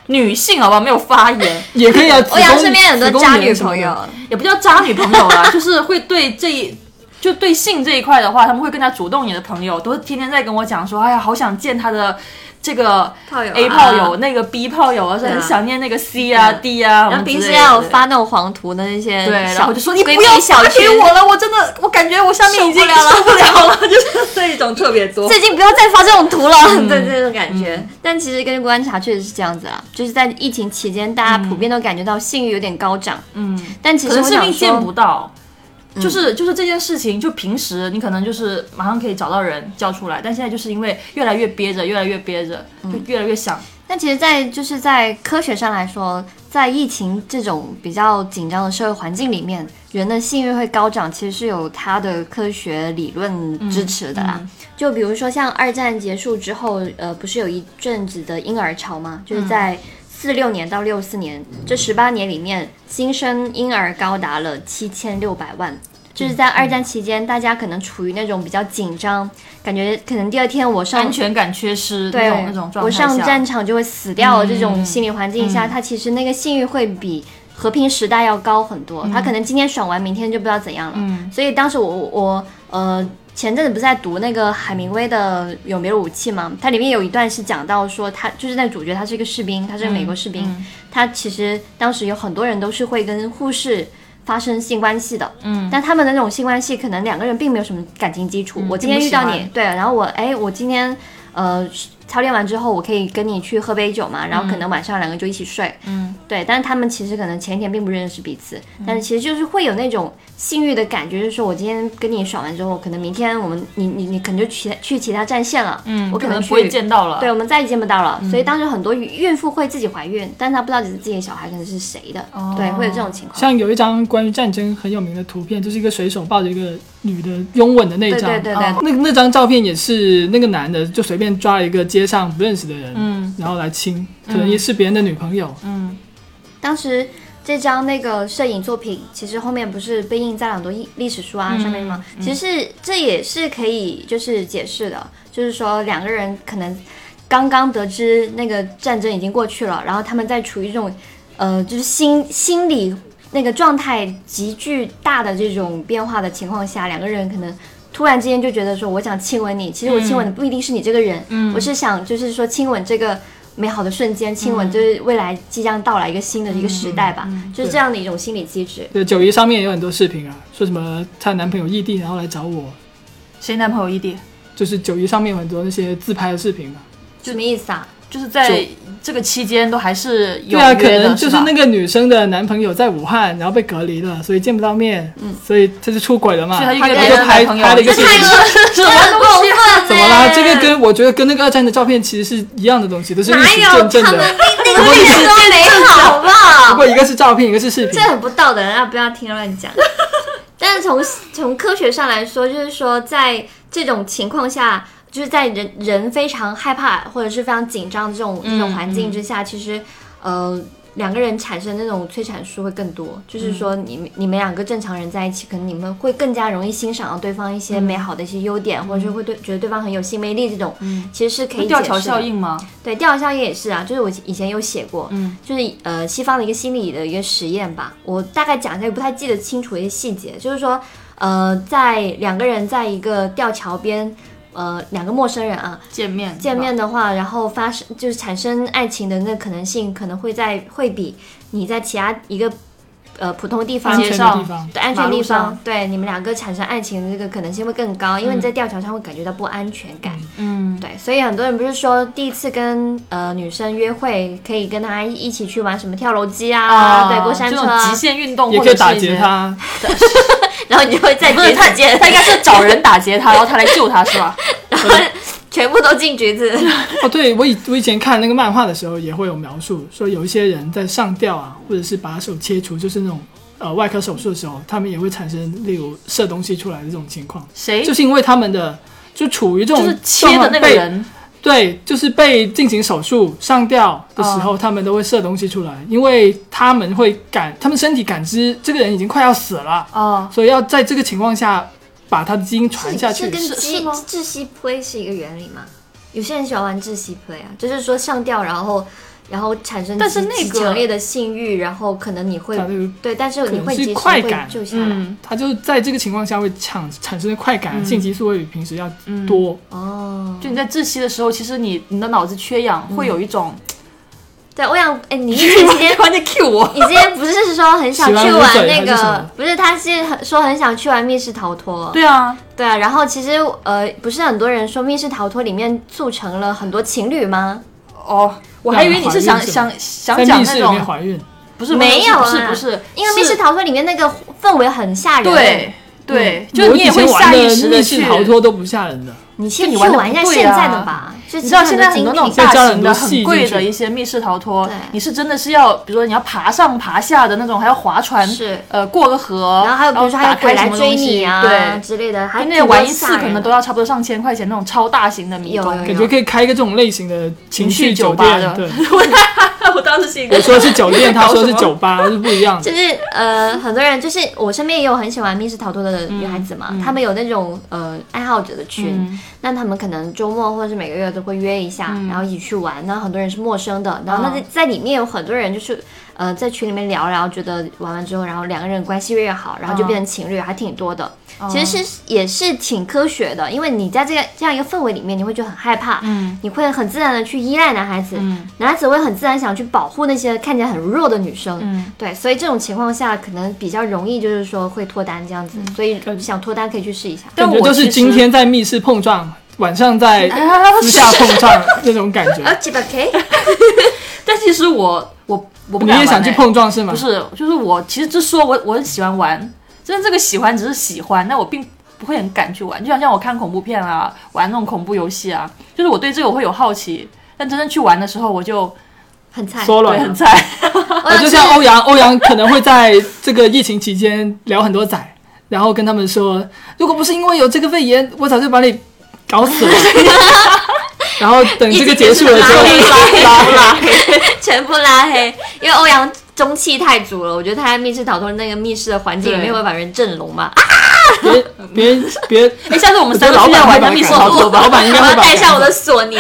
[SPEAKER 1] 女性好吧，没有发 炎，
[SPEAKER 3] 也可以 啊，子
[SPEAKER 2] 欧阳
[SPEAKER 3] 宫
[SPEAKER 2] 身边很多
[SPEAKER 3] 子宫
[SPEAKER 2] 渣
[SPEAKER 3] 炎
[SPEAKER 2] 女
[SPEAKER 3] 什么
[SPEAKER 2] 朋
[SPEAKER 3] 的
[SPEAKER 2] 友，
[SPEAKER 1] 也不叫渣女朋友啦， 就是会对这一。就对性这一块的话，他们会更加主动一点的朋友，都是天天在跟我讲说，哎呀，好想见他的这个
[SPEAKER 2] 炮友啊
[SPEAKER 1] A 炮友、那个 B 炮友啊，是
[SPEAKER 2] 对啊
[SPEAKER 1] 很想念那个 C 啊、
[SPEAKER 2] 对
[SPEAKER 1] D 啊。
[SPEAKER 2] 然后平时
[SPEAKER 1] 要
[SPEAKER 2] 要有发那种黄图的那些
[SPEAKER 1] 对，然
[SPEAKER 2] 小
[SPEAKER 1] 后就说你不
[SPEAKER 2] 闺
[SPEAKER 1] 要
[SPEAKER 2] 蜜小
[SPEAKER 1] 发给
[SPEAKER 2] 群
[SPEAKER 1] 我了，我真的，我感觉我下面已经
[SPEAKER 2] 受不了了
[SPEAKER 1] 受不了了， 就是这一种特别多。
[SPEAKER 2] 最近不要再发这种图了，对这种感觉。但其实根据观察，确实是这样子啦，就是在疫情期间，大家普遍都感觉到性欲有点高涨。
[SPEAKER 1] 嗯，
[SPEAKER 2] 但其
[SPEAKER 1] 可
[SPEAKER 2] 实
[SPEAKER 1] 能
[SPEAKER 2] 我
[SPEAKER 1] 是因为
[SPEAKER 2] 想
[SPEAKER 1] 见不
[SPEAKER 2] 说，
[SPEAKER 1] 到，就是就是这件事情，就平时你可能就是马上可以找到人叫出来，但现在就是因为越来越憋着，越来越憋着，就越来越想。
[SPEAKER 2] 但其实在，就是在科学上来说，在疫情这种比较紧张的社会环境里面，人的性欲会高涨，其实是有它的科学理
[SPEAKER 1] 嗯
[SPEAKER 2] 论支持的啦。就比如说像二战结束之后，呃，不是有一阵子的婴儿潮吗？就是
[SPEAKER 1] 嗯
[SPEAKER 2] 在四六年到六四年、这十八年里面，新生婴儿高达了七千六百万。就是在二
[SPEAKER 1] 嗯
[SPEAKER 2] 战期间，大家可能处于那种比较紧张，感觉可能第二天我上
[SPEAKER 1] 安全感缺失那种那种状
[SPEAKER 2] 我
[SPEAKER 1] 态下，嗯
[SPEAKER 2] 上战场就会死掉这种心理环境下，他其实那个性欲会比和平时代要高很多。
[SPEAKER 1] 嗯
[SPEAKER 2] 他可能今天爽完，明天就不知道怎样了。所以当时我我呃前阵子不是在读那个海明威的《有没有武器》吗？它里面有一段是讲到说他就是那主角，他是一个士兵，他是个美国
[SPEAKER 1] 嗯
[SPEAKER 2] 士兵，他其实当时有很多人都是会跟护士。发生性关系的，嗯，但他们的那种性关系，可能两个人并没有什么感情基础。我今天遇到
[SPEAKER 1] 嗯并不喜
[SPEAKER 2] 你，对，然后我，哎，我今天，呃，操练完之后，我可以跟你去喝杯酒
[SPEAKER 1] 嗯
[SPEAKER 2] 嘛，然后可能晚上两个人就一起睡，嗯，对。但是他们其实可能前一天并不认识彼此，
[SPEAKER 1] 嗯
[SPEAKER 2] 但是其实就是会有那种性欲的感觉，就是说我今天跟你爽完之后，可能明天我们你你你可能就去去其他战线了，嗯我
[SPEAKER 1] 我
[SPEAKER 2] 可
[SPEAKER 1] 可能
[SPEAKER 2] 去
[SPEAKER 1] 不会见到了。
[SPEAKER 2] 对，我们再也见不到了。所以当时很多孕妇会自己怀孕，但是她不知道自己的小孩可能是谁的，对，会有这种情况。
[SPEAKER 3] 像有一张关于战争很有名的图片，就是一个水手抱着一个女的拥吻的那一张，
[SPEAKER 2] 对对对对
[SPEAKER 3] 哦那那张照片也是那个男的就随便抓了一个街上不认识的人，
[SPEAKER 1] 嗯，
[SPEAKER 3] 然后来亲，可能也是别人的女朋友，
[SPEAKER 1] 嗯，
[SPEAKER 2] 当时这张那个摄影作品，其实后面不是被印在了很多历历史书啊上面吗？其实是这也是可以就是解释的，就是说两个人可能刚刚得知那个战争已经过去了，然后他们在处于这种呃就是心心理那个状态急剧大的这种变化的情况下，两个人可能。突然之间就觉得说，我想亲吻你，其实我亲吻的不一定是你这个人，我是想就是说亲吻这个美好的瞬间，亲
[SPEAKER 3] 嗯
[SPEAKER 2] 吻就是未来即将到来一个新的一个时代吧，就是这样的一种心理机制。
[SPEAKER 3] 对，九一上面也有很多视频啊，说什么她男朋友异地，然后来找我，
[SPEAKER 1] 谁男朋友异地？
[SPEAKER 3] 就是九一上面有很多那些自拍的视频嘛。
[SPEAKER 2] 什么意思啊？
[SPEAKER 1] 就是在这个期间都还是有
[SPEAKER 3] 对啊，可
[SPEAKER 1] 约的，
[SPEAKER 3] 能就是
[SPEAKER 1] 吧
[SPEAKER 3] 那个女生的男朋友在武汉，然后被隔离了，所以见不到面，所以她就出轨了嘛。
[SPEAKER 1] 所以
[SPEAKER 3] 她
[SPEAKER 1] 他就跟
[SPEAKER 2] 他就
[SPEAKER 1] 别人
[SPEAKER 3] 拍
[SPEAKER 1] 男朋友
[SPEAKER 3] 拍了一个视
[SPEAKER 1] 这
[SPEAKER 3] 频
[SPEAKER 1] 太， 什么东西啊？
[SPEAKER 3] 怎么啦？这个跟我觉得跟那个二战的照片其实是一样的东西，都是历
[SPEAKER 2] 哪
[SPEAKER 3] 史
[SPEAKER 2] 有
[SPEAKER 3] 见证
[SPEAKER 2] 他
[SPEAKER 3] 的
[SPEAKER 2] 们。那 那个历史多美好
[SPEAKER 3] 不
[SPEAKER 2] 吧？
[SPEAKER 3] 过一个是照片，一个是视频
[SPEAKER 2] 这。很不道德，大家不要听乱讲。但是从从科学上来说，就是说在这种情况下，就是在人人非常害怕或者是非常紧张的这种这种环境之下，其实呃两个人产生那种催产素会更多，就是说你们、你们两个正常人在一起，可能你们会更加容易欣赏到对方一些美好的一些优点，或者是会对觉得对方很有性魅力这种，其实是可以
[SPEAKER 1] 吊
[SPEAKER 2] 解
[SPEAKER 1] 桥
[SPEAKER 2] 释的
[SPEAKER 1] 效应吗？
[SPEAKER 2] 对，吊桥效应也是啊，就是我以前有写过，
[SPEAKER 1] 嗯，
[SPEAKER 2] 就是呃西方的一个心理的一个实验吧，我大概讲一下，也不太记得清楚一些细节，就是说，呃，在两个人在一个吊桥边，呃，两个陌生人啊
[SPEAKER 1] 见面
[SPEAKER 2] 见面的话，然后发生就是产生爱情的那可能性，可能会在会比你在其他一个呃普通地方
[SPEAKER 3] 安全
[SPEAKER 1] 街
[SPEAKER 3] 的
[SPEAKER 1] 上
[SPEAKER 3] 地方，
[SPEAKER 2] 对安
[SPEAKER 1] 马
[SPEAKER 2] 全
[SPEAKER 1] 路
[SPEAKER 2] 地方
[SPEAKER 1] 上，
[SPEAKER 2] 对你们两个产生爱情的这个可能性会更高，因为你在吊桥上会感觉到不安全感。
[SPEAKER 1] 嗯，
[SPEAKER 2] 对，所以很多人不是说第一次跟呃女生约会，可以跟她一起去玩什么跳楼机啊，对，过山车
[SPEAKER 1] 哦这种
[SPEAKER 2] 啊
[SPEAKER 1] 极，限运动，
[SPEAKER 3] 也
[SPEAKER 1] 或
[SPEAKER 3] 可
[SPEAKER 1] 者
[SPEAKER 3] 以打
[SPEAKER 1] 是一些
[SPEAKER 3] 劫。他，
[SPEAKER 2] 然后你就会在
[SPEAKER 1] 不是
[SPEAKER 2] 橘
[SPEAKER 1] 他
[SPEAKER 2] 子 街，
[SPEAKER 1] 他应该是找人打劫他，然后他来救他是吧？
[SPEAKER 2] 全部都进橘子，
[SPEAKER 1] 啊
[SPEAKER 3] 哦，对我以我以前看那个漫画的时候也会有描述，说有一些人在上吊啊，或者是把手切除，就是那种呃外科手术的时候，他们也会产生例如射东西出来的这种情况，
[SPEAKER 1] 谁
[SPEAKER 3] 就是因为他们的就处于这种
[SPEAKER 1] 就是切的那个
[SPEAKER 3] 状况被
[SPEAKER 1] 人，
[SPEAKER 3] 对，就是被进行手术上吊的时
[SPEAKER 1] 哦
[SPEAKER 3] 候，他们都会射东西出来，因为他们会感他们身体感知这个人已经快要死了，
[SPEAKER 1] 哦，
[SPEAKER 3] 所以要在这个情况下把他的基因传下
[SPEAKER 2] 是
[SPEAKER 3] 去
[SPEAKER 2] 跟。
[SPEAKER 1] 是
[SPEAKER 2] 窒
[SPEAKER 1] 是吗
[SPEAKER 2] 窒息 play 是一个原理吗？有些人喜欢玩窒息 play 啊，就是说上吊，然后然后产生
[SPEAKER 1] 但是
[SPEAKER 2] 极
[SPEAKER 1] 那
[SPEAKER 2] 极
[SPEAKER 1] 个
[SPEAKER 2] 强烈的性欲，然后可能你会
[SPEAKER 3] 他那个
[SPEAKER 2] 对，但是
[SPEAKER 3] 可
[SPEAKER 2] 你
[SPEAKER 3] 能
[SPEAKER 2] 会
[SPEAKER 3] 是
[SPEAKER 2] 及时
[SPEAKER 3] 快
[SPEAKER 2] 会
[SPEAKER 3] 感
[SPEAKER 2] 救下来。
[SPEAKER 1] 嗯，
[SPEAKER 3] 他就在这个情况下会产产生的快感，
[SPEAKER 1] 嗯
[SPEAKER 3] 性激素会比平时要多。
[SPEAKER 2] 哦，
[SPEAKER 1] 就你在窒息的时候，其实你你的脑子缺氧，
[SPEAKER 3] 嗯
[SPEAKER 1] 会有一 种
[SPEAKER 2] 对，欧阳，哎，你疫 情期间
[SPEAKER 1] 关键 Q 我，
[SPEAKER 2] 你今天不是说很想去
[SPEAKER 3] 喜欢污
[SPEAKER 2] 玩
[SPEAKER 3] 水
[SPEAKER 2] 那
[SPEAKER 3] 还是什
[SPEAKER 2] 个
[SPEAKER 3] 么？
[SPEAKER 2] 不是，他是很说很想去玩密室逃脱。
[SPEAKER 1] 对啊，
[SPEAKER 2] 对啊，然后其实呃，不是很多人说密室逃脱里面促成了很多情侣吗？
[SPEAKER 1] 哦，我还以为你是想
[SPEAKER 3] 让人怀孕
[SPEAKER 1] 想想
[SPEAKER 3] 在
[SPEAKER 1] 讲
[SPEAKER 3] 密
[SPEAKER 1] 那
[SPEAKER 3] 室里面
[SPEAKER 1] 种，
[SPEAKER 3] 怀孕，
[SPEAKER 1] 不是
[SPEAKER 2] 没有啊
[SPEAKER 1] 不是不是，
[SPEAKER 2] 因为密
[SPEAKER 1] 是
[SPEAKER 2] 室逃脱里面那个氛围很吓人。，啊
[SPEAKER 1] 对对，就
[SPEAKER 3] 嗯我
[SPEAKER 1] 是你也会
[SPEAKER 3] 以前玩
[SPEAKER 1] 下
[SPEAKER 3] 的
[SPEAKER 1] 意识地
[SPEAKER 3] 密
[SPEAKER 1] 去
[SPEAKER 3] 室逃脱都不吓人的，
[SPEAKER 2] 你先
[SPEAKER 1] 就
[SPEAKER 2] 去
[SPEAKER 1] 你玩得
[SPEAKER 2] 玩一下
[SPEAKER 1] 不对
[SPEAKER 2] 现
[SPEAKER 1] 啊
[SPEAKER 2] 在的吧。就
[SPEAKER 1] 你知道现在很多那种
[SPEAKER 2] 精品
[SPEAKER 1] 大
[SPEAKER 3] 再加了
[SPEAKER 1] 型
[SPEAKER 3] 很
[SPEAKER 1] 的
[SPEAKER 3] 多
[SPEAKER 1] 很
[SPEAKER 3] 戏
[SPEAKER 1] 贵
[SPEAKER 3] 进去
[SPEAKER 1] 的一些密室逃脱
[SPEAKER 2] 对，
[SPEAKER 1] 你是真的是要，比如说你要爬上爬下的那种，还要划船，
[SPEAKER 2] 是
[SPEAKER 1] 呃，过个河，
[SPEAKER 2] 然后还有比如说还
[SPEAKER 1] 打
[SPEAKER 2] 有
[SPEAKER 1] 开
[SPEAKER 2] 鬼来
[SPEAKER 1] 什么
[SPEAKER 2] 追
[SPEAKER 1] 东西
[SPEAKER 2] 你啊
[SPEAKER 1] 对，
[SPEAKER 2] 之类的，还
[SPEAKER 1] 那
[SPEAKER 2] 挺多
[SPEAKER 1] 玩一次
[SPEAKER 2] 吓
[SPEAKER 1] 可
[SPEAKER 2] 人
[SPEAKER 1] 能
[SPEAKER 2] 的
[SPEAKER 1] 都要差不多上千块钱那种超大型的迷
[SPEAKER 2] 有
[SPEAKER 1] 宫
[SPEAKER 2] 有，
[SPEAKER 3] 感觉可以开一个这种类型的情绪酒
[SPEAKER 1] 吧
[SPEAKER 3] 店。
[SPEAKER 1] 的
[SPEAKER 3] 对，，
[SPEAKER 1] 我当时心里
[SPEAKER 3] 我 说的是酒店，他说
[SPEAKER 1] 搞什
[SPEAKER 3] 是
[SPEAKER 1] 么
[SPEAKER 3] 酒吧，是不一样的
[SPEAKER 2] 就。是呃，很多人就是我身边也有很喜欢密室逃脱的女孩子嘛，她们有那种呃爱好者的群，那她们可能周末或者是每个月都会约一下，然后一起去玩。那很多人是陌生的，然后那在在里面有很多人就是呃在群里面聊，然后觉得玩完之后，然后两个人关系越来越好，然后就变成情侣，还挺多的。
[SPEAKER 3] 哦
[SPEAKER 2] 其实是也是挺科学的，因为你在这个这样一个氛围里面，你会觉得很害怕，
[SPEAKER 1] 嗯，
[SPEAKER 2] 你会很自然的去依赖男孩子，
[SPEAKER 1] 嗯
[SPEAKER 2] 男孩子会很自然想去保护那些看起来很弱的女生，
[SPEAKER 1] 嗯，
[SPEAKER 2] 对，所以这种情况下可能比较容易就是说会脱单这样子，所以想脱单可以去试一下。
[SPEAKER 1] 但
[SPEAKER 3] 嗯感
[SPEAKER 1] 我
[SPEAKER 3] 觉就是
[SPEAKER 1] 其实啊
[SPEAKER 3] 今天在密室碰撞，晚 上在私下碰撞那种感觉。
[SPEAKER 2] 哦几百 K，
[SPEAKER 1] 但其实我我我不
[SPEAKER 3] 你
[SPEAKER 1] 敢
[SPEAKER 3] 也
[SPEAKER 1] 玩
[SPEAKER 3] 想去
[SPEAKER 1] 欸
[SPEAKER 3] 碰撞是吗？
[SPEAKER 1] 不是，就是我其实就说我我很喜欢玩，真的这个喜欢只是喜欢，但我并不会很敢去玩。就像像我看恐怖片啊，玩那种恐怖游戏啊，就是我对这个我会有好奇，但真正去玩的时候我就
[SPEAKER 2] 很哦菜。
[SPEAKER 3] 说
[SPEAKER 1] 对
[SPEAKER 3] 了，
[SPEAKER 1] 很菜。
[SPEAKER 2] 我
[SPEAKER 3] 就像欧阳，欧阳可能会在这个疫情期间聊很多仔，然后跟他们说，如果不是因为有这个肺炎，我早就把你搞 死了。然后等这个结束了之
[SPEAKER 2] 拉
[SPEAKER 3] 后，
[SPEAKER 2] 黑，拉黑， 全部拉黑，因为欧阳中气太足了，我觉得他在密室逃脱那个密室的环境里面
[SPEAKER 1] 对
[SPEAKER 2] 会把人震聋吧。
[SPEAKER 3] 别别别，
[SPEAKER 1] 哎，下次我们三个
[SPEAKER 3] 我觉
[SPEAKER 1] 去
[SPEAKER 3] 得老板
[SPEAKER 1] 玩
[SPEAKER 3] 会把
[SPEAKER 1] 密
[SPEAKER 3] 你
[SPEAKER 1] 室
[SPEAKER 3] 赶
[SPEAKER 1] 逃
[SPEAKER 3] 走
[SPEAKER 1] 脱吧。
[SPEAKER 3] 老板应该
[SPEAKER 2] 我
[SPEAKER 3] 会
[SPEAKER 2] 要
[SPEAKER 3] 把
[SPEAKER 2] 带上我的索尼，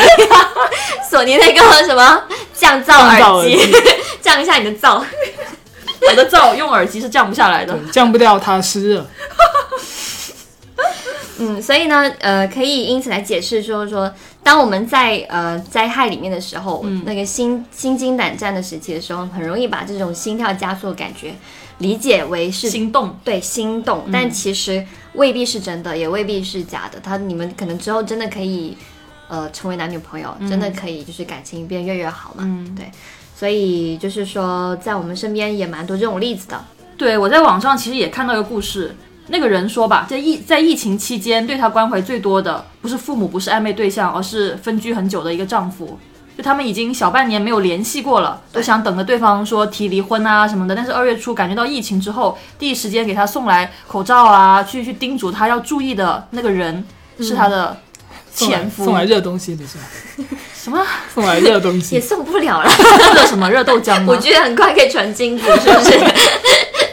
[SPEAKER 2] 索尼那个什么降噪
[SPEAKER 3] 降噪
[SPEAKER 2] 耳
[SPEAKER 3] 耳
[SPEAKER 2] 机，降一下你的噪。
[SPEAKER 1] 我的噪用耳机是降不下来的。
[SPEAKER 3] 降不掉他 湿热。
[SPEAKER 2] 嗯，所以呢，呃，可以因此来解释说说，当我们在呃灾害里面的时候，那个心心惊胆战的时期的时候，很容易把这种心跳加速的感觉理解为 是
[SPEAKER 1] 心动，
[SPEAKER 2] 对心动，但其实未必是真的，也未必是假的。他你们可能之后真的可以，呃，成为男女朋友，真的可以就是感情变越来越好嘛。
[SPEAKER 1] 嗯
[SPEAKER 2] 对，所以就是说，在我们身边也蛮多这种例子的。
[SPEAKER 1] 对我在网上其实也看到一个故事，那个人说吧，在疫在疫情期间对他关怀最多的不是父母，不是暧昧对象，而是分居很久的一个丈夫。就他们已经小半年没有联系过了，都想等着对方说提离婚啊什么的。但是二月初感觉到疫情之后，第一时间给他送来口罩啊，去去叮嘱他要注意的那个人是他的
[SPEAKER 3] 送来
[SPEAKER 1] 前夫，
[SPEAKER 3] 送来热东西的时候，
[SPEAKER 1] 什么
[SPEAKER 3] 送来热东
[SPEAKER 2] 也
[SPEAKER 3] 西，
[SPEAKER 2] 送不了了。
[SPEAKER 1] 热什么热豆浆吗
[SPEAKER 2] 我？觉得很快可以传金主，是不是？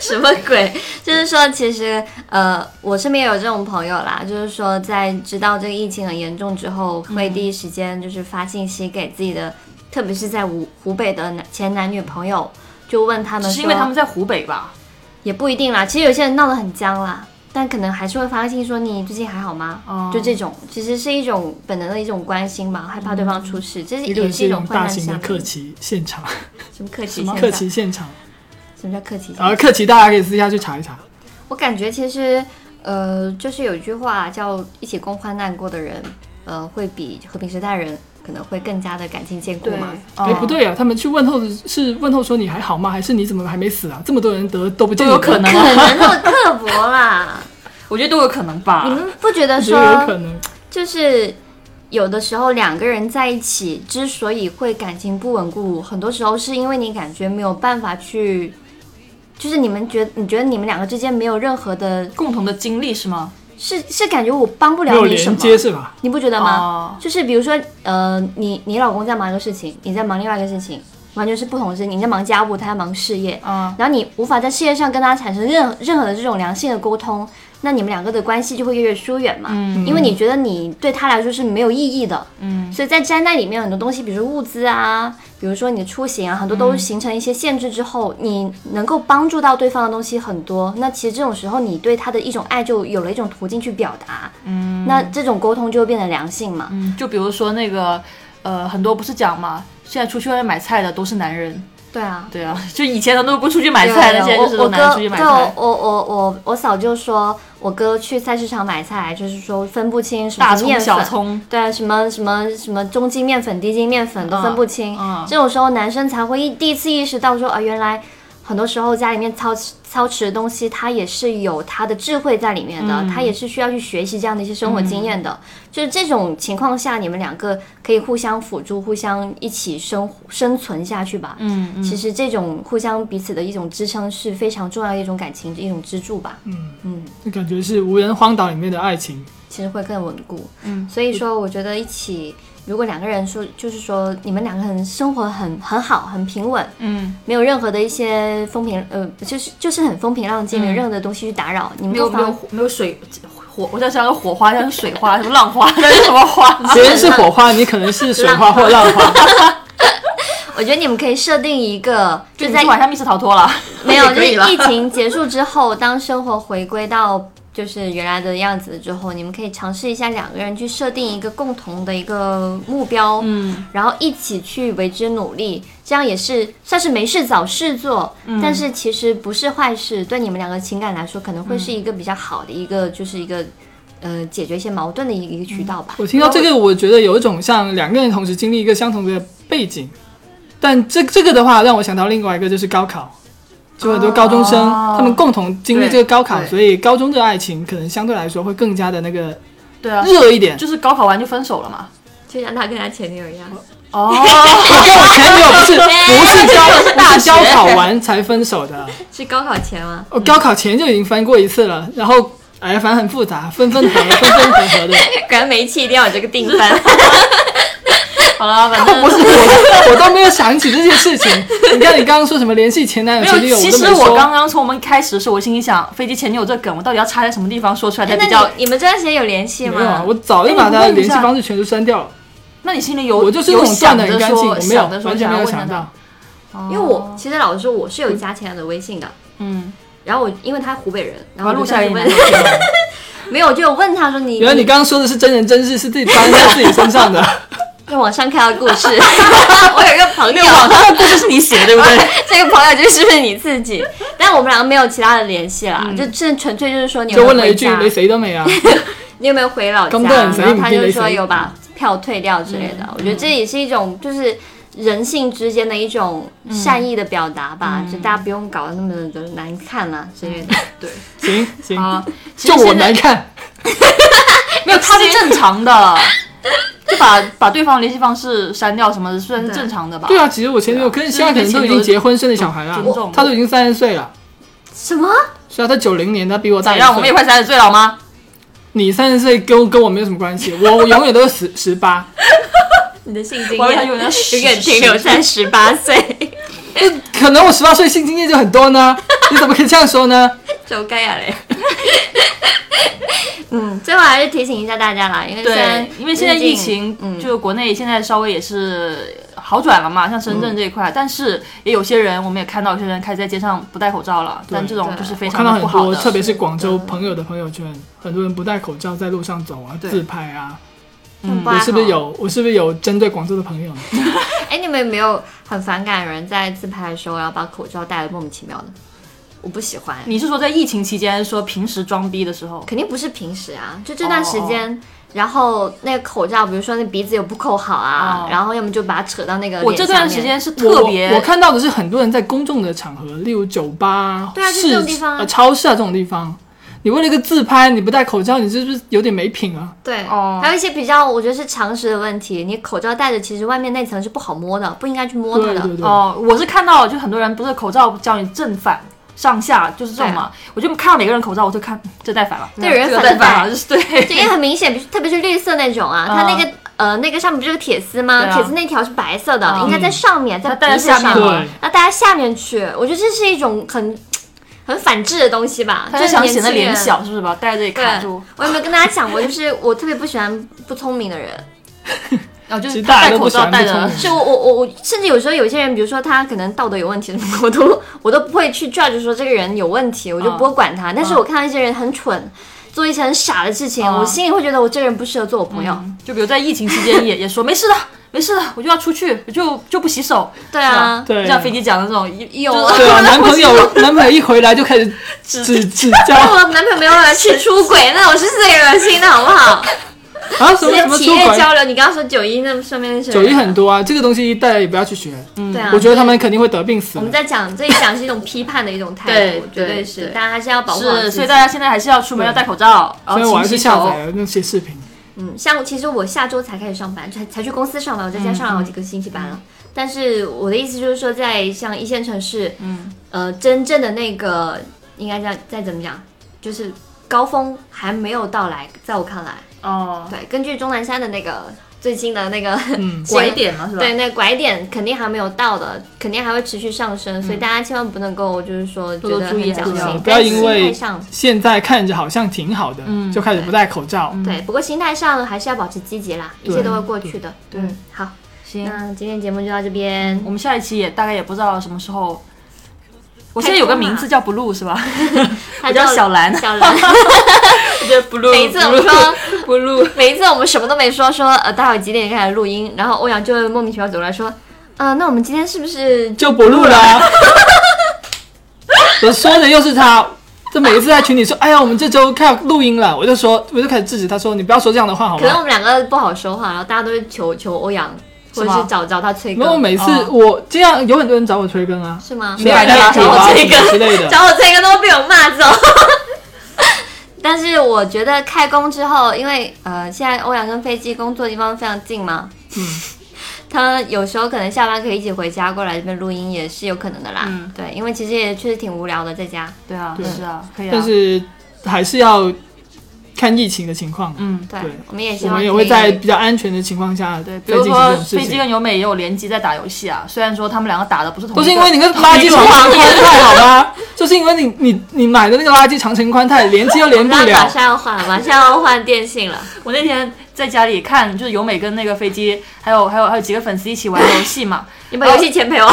[SPEAKER 2] 什么鬼？就是说，其实呃，我身边有这种朋友啦，就是说，在知道这个疫情很严重之后，会第一时间就是发信息给自己的，特别是在湖湖北的男前男女朋友，就问他们
[SPEAKER 1] 只
[SPEAKER 2] 说，
[SPEAKER 1] 是因为他们在湖北吧？
[SPEAKER 2] 也不一定啦。其实有些人闹得很僵啦，但可能还是会发信说你最近还好吗？
[SPEAKER 1] 哦
[SPEAKER 2] 就这种，其实是一种本能的一种关心吧，害怕对方出事，这是
[SPEAKER 3] 一个
[SPEAKER 2] 也是
[SPEAKER 3] 是
[SPEAKER 2] 一
[SPEAKER 3] 一
[SPEAKER 2] 种
[SPEAKER 3] 种
[SPEAKER 2] 患
[SPEAKER 3] 大
[SPEAKER 2] 难
[SPEAKER 3] 型的
[SPEAKER 2] 相
[SPEAKER 3] 客
[SPEAKER 2] 依。
[SPEAKER 3] 旗现场，
[SPEAKER 2] 什么客气？
[SPEAKER 3] 客旗现场，
[SPEAKER 2] 什么叫客气？
[SPEAKER 3] 然后客旗大家可以私下去查一查。
[SPEAKER 2] 我感觉其实，呃，就是有一句话叫“一起共患难过的人，呃，会比和平时代人可能会更加的感情坚固嘛。
[SPEAKER 1] 哦
[SPEAKER 3] 哎，不，对啊，他们去问候的是问候说你还好吗？还是你怎么还没死啊？这么多人得都不见
[SPEAKER 1] 都
[SPEAKER 3] 你
[SPEAKER 1] 有
[SPEAKER 3] 得，
[SPEAKER 1] 可能
[SPEAKER 2] 可
[SPEAKER 1] 啊，
[SPEAKER 2] 能那么刻薄 啦，
[SPEAKER 1] 我觉得都有可能吧
[SPEAKER 2] 你。们不觉得
[SPEAKER 3] 我觉得啊有
[SPEAKER 2] 说，
[SPEAKER 3] 可能。
[SPEAKER 2] 就是有的时候两个人在一起之所以会感情不稳固，很多时候是因为你感觉没有办法去，就是你们觉你觉得你们两个之间没有任何的，
[SPEAKER 1] 共同的经历是吗？
[SPEAKER 2] 是是感觉我帮不
[SPEAKER 3] 没
[SPEAKER 2] 了
[SPEAKER 3] 有
[SPEAKER 2] 你什
[SPEAKER 3] 连
[SPEAKER 2] 么，
[SPEAKER 3] 接是吧？
[SPEAKER 2] 你不觉得吗？
[SPEAKER 1] 哦
[SPEAKER 2] 就是比如说，呃，你你老公在忙一个事情，你在忙另外一个事情，完全是不同的事情。你在忙家务，他在忙事业，
[SPEAKER 1] 嗯，
[SPEAKER 2] 然后你无法在事业上跟他产生任任何的这种良性的沟通，那你们两个的关系就会越来越疏远嘛。嗯，因为你觉得你对他来说是没有意义的。嗯，所以在灾难里面，很多东西，比如说物资啊，比如说你的出行啊，很多都形成一些限制之后，你能够帮助到对方的东西很多。那其实这种时候，你对他的一种爱就有了一种途径去表达。嗯，那这种沟通就会变得良性嘛。
[SPEAKER 1] 嗯就比如说那个，呃，很多不是讲嘛，现在出去外面买菜的都是男人，
[SPEAKER 2] 对啊，
[SPEAKER 1] 对啊， 就以前他们都不出去买菜的，
[SPEAKER 2] 对啊
[SPEAKER 1] 现在就是
[SPEAKER 2] 我
[SPEAKER 1] 都
[SPEAKER 2] 我
[SPEAKER 1] 男人
[SPEAKER 2] 哥
[SPEAKER 1] 出去买
[SPEAKER 2] 对我
[SPEAKER 1] 菜，
[SPEAKER 2] 我我我我嫂就说，我哥去菜市场买菜，就是说分不清什
[SPEAKER 1] 大
[SPEAKER 2] 么
[SPEAKER 1] 葱
[SPEAKER 2] 面
[SPEAKER 1] 小
[SPEAKER 2] 粉。
[SPEAKER 1] 葱，
[SPEAKER 2] 对，什么什么什么中筋面粉、低筋面粉都分不清，
[SPEAKER 1] 嗯嗯
[SPEAKER 2] 这种时候男生才会一第一次意识到说啊，原来很多时候家里面操持操持的东西，它也是有它的智慧在里面
[SPEAKER 1] 嗯
[SPEAKER 2] 的，它也是需要去学习这样的一些生活经验的。就是这种情况下，你们两个可以互相辅助，互相一起生活生存下去吧。
[SPEAKER 1] 嗯嗯，
[SPEAKER 2] 其实这种互相彼此的一种支撑是非常重要的一种感情一种支柱吧，
[SPEAKER 3] 嗯，
[SPEAKER 2] 嗯，
[SPEAKER 3] 那感觉是无人荒岛里面的爱情。
[SPEAKER 2] 其实会更稳固，
[SPEAKER 1] 嗯，
[SPEAKER 2] 所以说我觉得一起，如果两个人说就是说你们两个人生活很很好，很平稳，
[SPEAKER 1] 嗯，
[SPEAKER 2] 没有任何的一些风平呃，就是就是很风平浪静，没有任何的东西去打扰，你们
[SPEAKER 1] 嗯没有
[SPEAKER 2] 不
[SPEAKER 1] 没有
[SPEAKER 2] 妨
[SPEAKER 1] 火没有水火，我在想火花，像是水花，什么浪花， 那是什么花？
[SPEAKER 3] 别人是火花，你可能是水花或浪 花。
[SPEAKER 2] 我觉得你们可以设定一个
[SPEAKER 1] 就
[SPEAKER 2] 就
[SPEAKER 1] 你
[SPEAKER 2] 在
[SPEAKER 1] 今晚上密室逃脱了，
[SPEAKER 2] 没有，
[SPEAKER 1] 也
[SPEAKER 2] 就
[SPEAKER 1] 可
[SPEAKER 2] 是
[SPEAKER 1] 以了
[SPEAKER 2] 疫情结束之后，当生活回归到就是原来的样子之后，你们可以尝试一下两个人去设定一个共同的一个目标，
[SPEAKER 1] 嗯，
[SPEAKER 2] 然后一起去为之努力，这样也是算是没事找事做，
[SPEAKER 1] 嗯
[SPEAKER 2] 但是其实不是坏事，对你们两个情感来说，可能会是一个比较好的一个，就是一个呃解决一些矛盾的一个一个渠道
[SPEAKER 1] 嗯
[SPEAKER 2] 吧。
[SPEAKER 3] 我听到这个，我觉得有一种像两个人同时经历一个相同的背景，但这这个的话让我想到另外一个就是高考，就很多高中生、
[SPEAKER 1] 哦
[SPEAKER 3] 他们共同经历这个高考，
[SPEAKER 1] 对对
[SPEAKER 3] 所以高中的爱情可能相对来说会更加的那个
[SPEAKER 1] 对啊，
[SPEAKER 3] 热一点。
[SPEAKER 1] 就是高考完就分手了 嘛。
[SPEAKER 2] 就像他跟他前女友一样，
[SPEAKER 1] 哦，
[SPEAKER 3] 我跟我前女友不是 不
[SPEAKER 1] 哎
[SPEAKER 3] 是高不是高考完才分手的，
[SPEAKER 2] 是高考前吗？
[SPEAKER 3] 我高考前就已经分过一次了，然后哎反正很复杂，分分合合分分合 合的。
[SPEAKER 2] 果然煤气一定要有这个定 番。
[SPEAKER 1] 好了，反 正
[SPEAKER 3] 不是我，我都没有想起这件事情。你看你刚刚说什么联系前男友、前女
[SPEAKER 1] 没有。
[SPEAKER 3] 友，
[SPEAKER 1] 其
[SPEAKER 3] 都没
[SPEAKER 1] 实我
[SPEAKER 3] 说
[SPEAKER 1] 刚刚从我们开始的时候，我心里想，飞机前女友这梗，我到底要插在什么地方说出来才
[SPEAKER 2] 哎那
[SPEAKER 1] 比较？
[SPEAKER 2] 你你们这段时间有联系吗？
[SPEAKER 3] 没有啊，我
[SPEAKER 1] 哎
[SPEAKER 3] 早就把他的联系方式全都删掉了。
[SPEAKER 1] 那你心里有
[SPEAKER 3] 我就是那
[SPEAKER 1] 有
[SPEAKER 3] 种断
[SPEAKER 1] 想
[SPEAKER 3] 的
[SPEAKER 1] 着
[SPEAKER 3] 很干净，
[SPEAKER 1] 说，
[SPEAKER 3] 我没有
[SPEAKER 1] 想着说
[SPEAKER 3] 完全
[SPEAKER 1] 想
[SPEAKER 3] 没
[SPEAKER 1] 要
[SPEAKER 3] 有
[SPEAKER 1] 问他
[SPEAKER 3] 想
[SPEAKER 1] 的
[SPEAKER 3] 到，。
[SPEAKER 2] 因为
[SPEAKER 3] 哦
[SPEAKER 2] 我其实老实说，我是有加前男友的微信的。
[SPEAKER 1] 嗯，
[SPEAKER 2] 然后我因为他湖北人，然后
[SPEAKER 3] 哦嗯
[SPEAKER 1] 我
[SPEAKER 2] 我
[SPEAKER 1] 录
[SPEAKER 2] 就
[SPEAKER 1] 下来
[SPEAKER 2] 上
[SPEAKER 1] 也
[SPEAKER 2] 去
[SPEAKER 1] 难
[SPEAKER 2] 问，没有就有问他说你
[SPEAKER 3] 原来你刚刚说的是真人真事，是自己发生在自己身上的。
[SPEAKER 2] 就往上看的故 事。我有一个朋友，
[SPEAKER 1] 网上的故事是你写 的，对不对？
[SPEAKER 2] 这个朋友就是你自 己，但我们两个没有其他的联系啦，就这纯粹就是说你有
[SPEAKER 3] 嗯就
[SPEAKER 2] 没
[SPEAKER 3] 问
[SPEAKER 2] 有
[SPEAKER 3] 了一
[SPEAKER 2] 回
[SPEAKER 3] 句
[SPEAKER 2] 家，
[SPEAKER 3] 没谁都 没啊。
[SPEAKER 2] 你有没有回老家，
[SPEAKER 3] 根本谁
[SPEAKER 2] 然后他
[SPEAKER 3] 没
[SPEAKER 2] 就
[SPEAKER 3] 得
[SPEAKER 2] 说
[SPEAKER 3] 谁嗯
[SPEAKER 2] 有把票退掉之类的。我觉得这也是一种就是。人性之间的一种
[SPEAKER 3] 嗯
[SPEAKER 2] 善意的表达吧，就大家不用搞得那么的难看啦、之类
[SPEAKER 3] 嗯
[SPEAKER 2] 的。
[SPEAKER 3] 行行，
[SPEAKER 1] 啊，其
[SPEAKER 3] 就
[SPEAKER 1] 实
[SPEAKER 3] 我
[SPEAKER 1] 现在
[SPEAKER 3] 难看，
[SPEAKER 1] 没有，他是正常的，就把把对方联系方式删掉什么的，算是正常的吧
[SPEAKER 3] 对。啊，其实我前女友跟现在可能都已经结婚生了小孩
[SPEAKER 1] 尊重
[SPEAKER 3] 了，她都已经三十岁了。
[SPEAKER 2] 什么？
[SPEAKER 3] 虽然她九零年，她比我大
[SPEAKER 1] 咋
[SPEAKER 3] 一
[SPEAKER 1] 样？我们也
[SPEAKER 3] 岁。
[SPEAKER 1] 快三十岁了好吗？
[SPEAKER 3] 你三十岁跟跟我没有什么关系，我我永远都是十十八。
[SPEAKER 2] 你的性经
[SPEAKER 1] 我以为他
[SPEAKER 2] 验
[SPEAKER 1] 有点
[SPEAKER 2] 永远停留在十八岁，
[SPEAKER 3] 可能我十八岁性经验就很 多呢，你怎么可以这样说呢？
[SPEAKER 2] 就该呀嘞。 嗯，最后还是提醒一下大家啦，因为虽然
[SPEAKER 1] 对，因为现在疫
[SPEAKER 2] 毕竟嗯
[SPEAKER 1] 情，就国内现在稍微也是好转了嘛，像深
[SPEAKER 3] 嗯
[SPEAKER 1] 圳这一块，但是也有些人，我们也看到有些人开始在街上不戴口罩了，但这种
[SPEAKER 2] 对
[SPEAKER 1] 就是非
[SPEAKER 3] 我
[SPEAKER 1] 常
[SPEAKER 3] 看到
[SPEAKER 1] 的不
[SPEAKER 3] 很
[SPEAKER 1] 好
[SPEAKER 3] 多，
[SPEAKER 1] 的。
[SPEAKER 3] 特别是广州朋友的朋友圈，很多人不戴口罩在路上走啊，
[SPEAKER 1] 对
[SPEAKER 3] 自拍啊。
[SPEAKER 1] 嗯
[SPEAKER 2] 很不
[SPEAKER 3] 我
[SPEAKER 2] 安
[SPEAKER 3] 是不是
[SPEAKER 2] 好
[SPEAKER 3] 有？我是不是有针对广州的朋友呢？
[SPEAKER 2] 哎，你们有没有很反感有人在自拍的时候，然后把口罩戴的莫名其妙的？我不喜欢，
[SPEAKER 1] 你是说在疫情期间说平时装逼的时候？
[SPEAKER 2] 肯定不是平时啊，就这段时间。
[SPEAKER 1] 哦
[SPEAKER 2] 然后那个口罩，比如说那鼻子有不扣好啊
[SPEAKER 1] 哦
[SPEAKER 2] 然后要么就把它扯到那个
[SPEAKER 1] 我
[SPEAKER 2] 脸
[SPEAKER 1] 这
[SPEAKER 2] 下
[SPEAKER 1] 段
[SPEAKER 2] 面
[SPEAKER 1] 时间是
[SPEAKER 3] 我
[SPEAKER 1] 特别
[SPEAKER 3] 我，我看到的是很多人在公众的场合，例如酒吧啊、
[SPEAKER 2] 对啊就
[SPEAKER 3] 市
[SPEAKER 2] 这种地方啊
[SPEAKER 3] 呃、超市啊这种地方，你为了一个自拍，你不戴口罩，你是不是有点没品啊？
[SPEAKER 2] 对，
[SPEAKER 1] 哦
[SPEAKER 2] 还有一些比较，我觉得是常识的问题。你口罩戴着，其实外面那层是不好摸的，不应该去摸它
[SPEAKER 3] 对
[SPEAKER 2] 的。
[SPEAKER 3] 对对，
[SPEAKER 1] 哦，我是看到就很多人不是口罩叫你正反。上下就是这种嘛，我就看到每个人口罩，我就看这戴反了，
[SPEAKER 2] 这人
[SPEAKER 1] 这个戴
[SPEAKER 2] 反
[SPEAKER 1] 反
[SPEAKER 2] 戴
[SPEAKER 1] 了，就是对，
[SPEAKER 2] 这也很明显，比如特别是绿色那种啊，
[SPEAKER 1] 嗯
[SPEAKER 2] 它那个呃那个上面不是有铁丝吗？
[SPEAKER 1] 对啊
[SPEAKER 2] 铁丝那条是白色的，
[SPEAKER 1] 嗯
[SPEAKER 2] 应该在上面，在
[SPEAKER 1] 它戴在
[SPEAKER 2] 鼻子
[SPEAKER 1] 下面
[SPEAKER 2] 上
[SPEAKER 1] 嘛
[SPEAKER 2] 面，那大家下面去，我觉得这是一种很很反智的东西吧，
[SPEAKER 1] 他
[SPEAKER 2] 就是是
[SPEAKER 1] 想
[SPEAKER 2] 年
[SPEAKER 1] 显得
[SPEAKER 2] 轻
[SPEAKER 1] 脸
[SPEAKER 2] 人。
[SPEAKER 1] 小，是不是吧？戴在这里
[SPEAKER 2] 对
[SPEAKER 1] 卡住，，
[SPEAKER 2] 我有没有跟大家讲过？就是我特别不喜欢不聪明的人，
[SPEAKER 1] 然后就
[SPEAKER 3] 其
[SPEAKER 1] 是
[SPEAKER 3] 实大家
[SPEAKER 1] 戴
[SPEAKER 3] 都不
[SPEAKER 1] 口
[SPEAKER 3] 喜
[SPEAKER 1] 罩
[SPEAKER 3] 欢
[SPEAKER 1] 戴
[SPEAKER 3] 不聪
[SPEAKER 1] 的
[SPEAKER 3] 明
[SPEAKER 2] 是我我我我，甚至有时候有些人，比如说他可能道德有问题 什么，我都我都不会去 judge 说这个人有问题，我就不会管他。但是我看到一些人很蠢，做一些很傻的事情，
[SPEAKER 1] 嗯
[SPEAKER 2] 我心里会觉得我这个人不适合做我朋友。
[SPEAKER 1] 就比如在疫情期间 也也说没事的，没事的，我就要出去，我就就不洗手，
[SPEAKER 2] 对
[SPEAKER 1] 是
[SPEAKER 2] 啊
[SPEAKER 1] 吧？，
[SPEAKER 3] 对
[SPEAKER 1] 就像飞机讲的那种一
[SPEAKER 2] 有啊
[SPEAKER 1] 就是
[SPEAKER 3] 对啊，男朋友男朋友一回来就开始指指教
[SPEAKER 2] 但我男朋友没有办法去出轨，那我是最恶心的，好不好？
[SPEAKER 3] 啊，
[SPEAKER 2] 直
[SPEAKER 3] 什么什
[SPEAKER 2] 接
[SPEAKER 3] 么
[SPEAKER 2] 企
[SPEAKER 3] 出
[SPEAKER 2] 业
[SPEAKER 3] 轨，
[SPEAKER 2] 交流，你刚刚说九一那上面那些人
[SPEAKER 3] 九一很多啊，这个东西大家也不要去学，
[SPEAKER 2] 对啊，
[SPEAKER 3] 我觉得他们肯定会得病死
[SPEAKER 2] 我们
[SPEAKER 3] 的。
[SPEAKER 2] 在讲这一讲是一种批判的一种态
[SPEAKER 1] 对
[SPEAKER 2] 度，绝
[SPEAKER 1] 对
[SPEAKER 2] 是，
[SPEAKER 1] 对
[SPEAKER 2] 大家还是要保护好
[SPEAKER 1] 是，
[SPEAKER 2] 自
[SPEAKER 1] 所以
[SPEAKER 2] 己
[SPEAKER 1] 大。家现在还是要出门要戴口罩，然
[SPEAKER 3] 所以我
[SPEAKER 1] 后
[SPEAKER 3] 还
[SPEAKER 1] 勤
[SPEAKER 3] 是
[SPEAKER 1] 洗
[SPEAKER 3] 下
[SPEAKER 1] 手。
[SPEAKER 3] 载了那些视频，
[SPEAKER 2] 嗯，像其实我下周才开始上班，才才去公司上班，我在家
[SPEAKER 1] 嗯
[SPEAKER 2] 上了好几个星期班了。但是我的意思就是说，在像一线城市，
[SPEAKER 1] 嗯，
[SPEAKER 2] 呃，真正的那个应该叫再怎么讲，就是高峰还没有到来，在我看来，
[SPEAKER 1] 哦，
[SPEAKER 2] 对，根据钟南山的那个最新的那个
[SPEAKER 3] 嗯，
[SPEAKER 1] 拐点了是吧？
[SPEAKER 2] 对，那拐点肯定还没有到的，肯定还会持续上升，所以大家千万不能够就是说
[SPEAKER 1] 嗯
[SPEAKER 2] 觉
[SPEAKER 1] 多
[SPEAKER 2] 得
[SPEAKER 1] 注
[SPEAKER 2] 很
[SPEAKER 1] 意
[SPEAKER 2] 侥
[SPEAKER 1] 啊
[SPEAKER 2] 幸，
[SPEAKER 3] 不要
[SPEAKER 2] 但
[SPEAKER 3] 因
[SPEAKER 2] 心
[SPEAKER 3] 为
[SPEAKER 2] 态上。
[SPEAKER 3] 现在看着好像挺好的，
[SPEAKER 1] 嗯
[SPEAKER 3] 就开始不戴口罩。
[SPEAKER 2] 对，不过心态上还是要保持积极啦，一
[SPEAKER 3] 对
[SPEAKER 2] 切都会过去的。
[SPEAKER 1] 对
[SPEAKER 2] 嗯，好，
[SPEAKER 1] 行，
[SPEAKER 2] 那今天节目就到这边。
[SPEAKER 1] 我们下一期也大概也不知道什么时候。我现在有个名字叫 blue 是吧？
[SPEAKER 2] 他
[SPEAKER 1] 我叫小兰
[SPEAKER 2] 小兰。
[SPEAKER 1] 我觉得 blue
[SPEAKER 2] 每一次我们说，
[SPEAKER 1] blue，
[SPEAKER 2] 每一次我们什么都没说，说呃待会儿几点开始录音，然后欧阳就会莫名其妙走过来说，嗯、那我们今天是不是
[SPEAKER 3] 就不录了、啊。 我说的又是他，这每一次在群里说，哎呀，我们这周开始录音了，我就说，我就开始制止他说，你不要说这样的话好
[SPEAKER 2] 可能我
[SPEAKER 3] 吗？
[SPEAKER 2] 们两个不好说话，然后大家都是求求欧阳，或者
[SPEAKER 1] 是
[SPEAKER 2] 是
[SPEAKER 1] 吗
[SPEAKER 2] 找找他催
[SPEAKER 3] 然后
[SPEAKER 2] 更，
[SPEAKER 3] 每次
[SPEAKER 1] 哦
[SPEAKER 3] 我这样，有很多人找我催更啊，
[SPEAKER 2] 是吗？
[SPEAKER 1] 没来
[SPEAKER 3] 啊
[SPEAKER 1] 电
[SPEAKER 3] 找我
[SPEAKER 1] 找我
[SPEAKER 3] 催
[SPEAKER 1] 催
[SPEAKER 3] 更之类的。
[SPEAKER 2] 找我催更都被我骂走。 但是我觉得开工之后，因为呃，现在欧阳跟飞机工作地方非常近嘛，
[SPEAKER 3] 嗯
[SPEAKER 2] 他有时候可能下班可以一起回家过来这边录音，也是有可能的啦。
[SPEAKER 1] 嗯
[SPEAKER 2] 对，因为其实也确实挺无聊的，在家。
[SPEAKER 1] 对啊，
[SPEAKER 3] 对
[SPEAKER 1] 是啊，可以啊。
[SPEAKER 3] 但是还是要看疫情的情况，
[SPEAKER 1] 嗯，
[SPEAKER 2] 对，
[SPEAKER 3] 对
[SPEAKER 2] 我们也希
[SPEAKER 3] 我
[SPEAKER 2] 望
[SPEAKER 3] 们也
[SPEAKER 2] 可
[SPEAKER 3] 会
[SPEAKER 2] 以
[SPEAKER 3] 在比较安全的情况下
[SPEAKER 1] 对，比
[SPEAKER 3] 再
[SPEAKER 1] 如
[SPEAKER 3] 进行这
[SPEAKER 1] 说
[SPEAKER 3] 种事
[SPEAKER 1] 飞机
[SPEAKER 3] 情。
[SPEAKER 1] 跟由美也有联机在打游戏啊，虽然说他们两个打的不是同一
[SPEAKER 3] 不
[SPEAKER 1] 个，
[SPEAKER 3] 是因为你跟垃圾长城宽太好吗？ 就是因为你你你买的那个垃圾长城宽太连接又
[SPEAKER 2] 我
[SPEAKER 3] 连
[SPEAKER 2] 们
[SPEAKER 3] 不
[SPEAKER 2] 俩马
[SPEAKER 3] 了，
[SPEAKER 2] 上要换，马上要换电信了。
[SPEAKER 1] 我那天在家里看，就是由美跟那个飞机，还有还有还有几个粉丝一起玩游戏嘛。
[SPEAKER 2] 你把游戏钱赔我。
[SPEAKER 1] 哦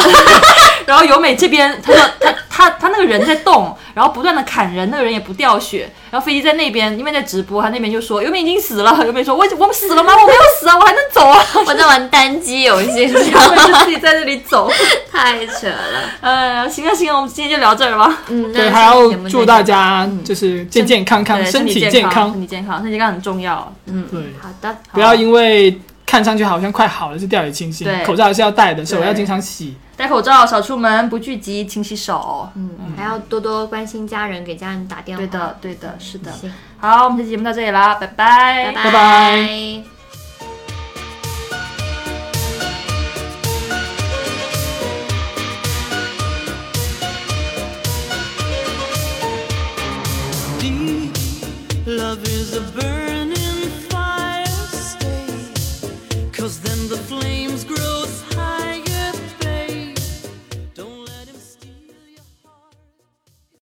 [SPEAKER 1] 然后由美这边，她说她她她那个人在动，然后不断的砍人，那个人也不掉血。然后飞机在那边，因为在直播，她那边就说由美已经死了。由美说我我们死了吗？我没有死啊，我还能走啊。
[SPEAKER 2] 我在玩单机游戏，你知道
[SPEAKER 1] 我
[SPEAKER 2] 吗？
[SPEAKER 1] 就自己在这里走。
[SPEAKER 2] 太扯了。
[SPEAKER 1] 呃，行啊行啊，我们今天就聊这儿吧。
[SPEAKER 2] 嗯，
[SPEAKER 3] 对，
[SPEAKER 2] 那
[SPEAKER 3] 还
[SPEAKER 2] 这期
[SPEAKER 3] 要
[SPEAKER 2] 节目
[SPEAKER 3] 祝
[SPEAKER 2] 就
[SPEAKER 3] 大
[SPEAKER 2] 这样。
[SPEAKER 3] 家就是健健康 康，
[SPEAKER 1] 嗯对，身
[SPEAKER 3] 体
[SPEAKER 1] 健
[SPEAKER 3] 康
[SPEAKER 1] 身。体健康，身体健康很重要。
[SPEAKER 2] 嗯，
[SPEAKER 3] 对，
[SPEAKER 2] 好的，
[SPEAKER 3] 不要因为看上去好像快好了就掉以轻心
[SPEAKER 1] 对，
[SPEAKER 3] 口罩还是要戴的，手
[SPEAKER 1] 对
[SPEAKER 3] 要经常洗。
[SPEAKER 1] 戴口罩，少出门，不聚集，勤洗手。
[SPEAKER 2] 嗯，还要多多关心家人，给家人打电话。
[SPEAKER 1] 对的，对的，是的。
[SPEAKER 2] 行，
[SPEAKER 1] 好，我们这期节目到这里啦，拜拜，
[SPEAKER 2] 拜
[SPEAKER 3] 拜
[SPEAKER 2] 拜
[SPEAKER 3] 拜。
[SPEAKER 4] Love is a burning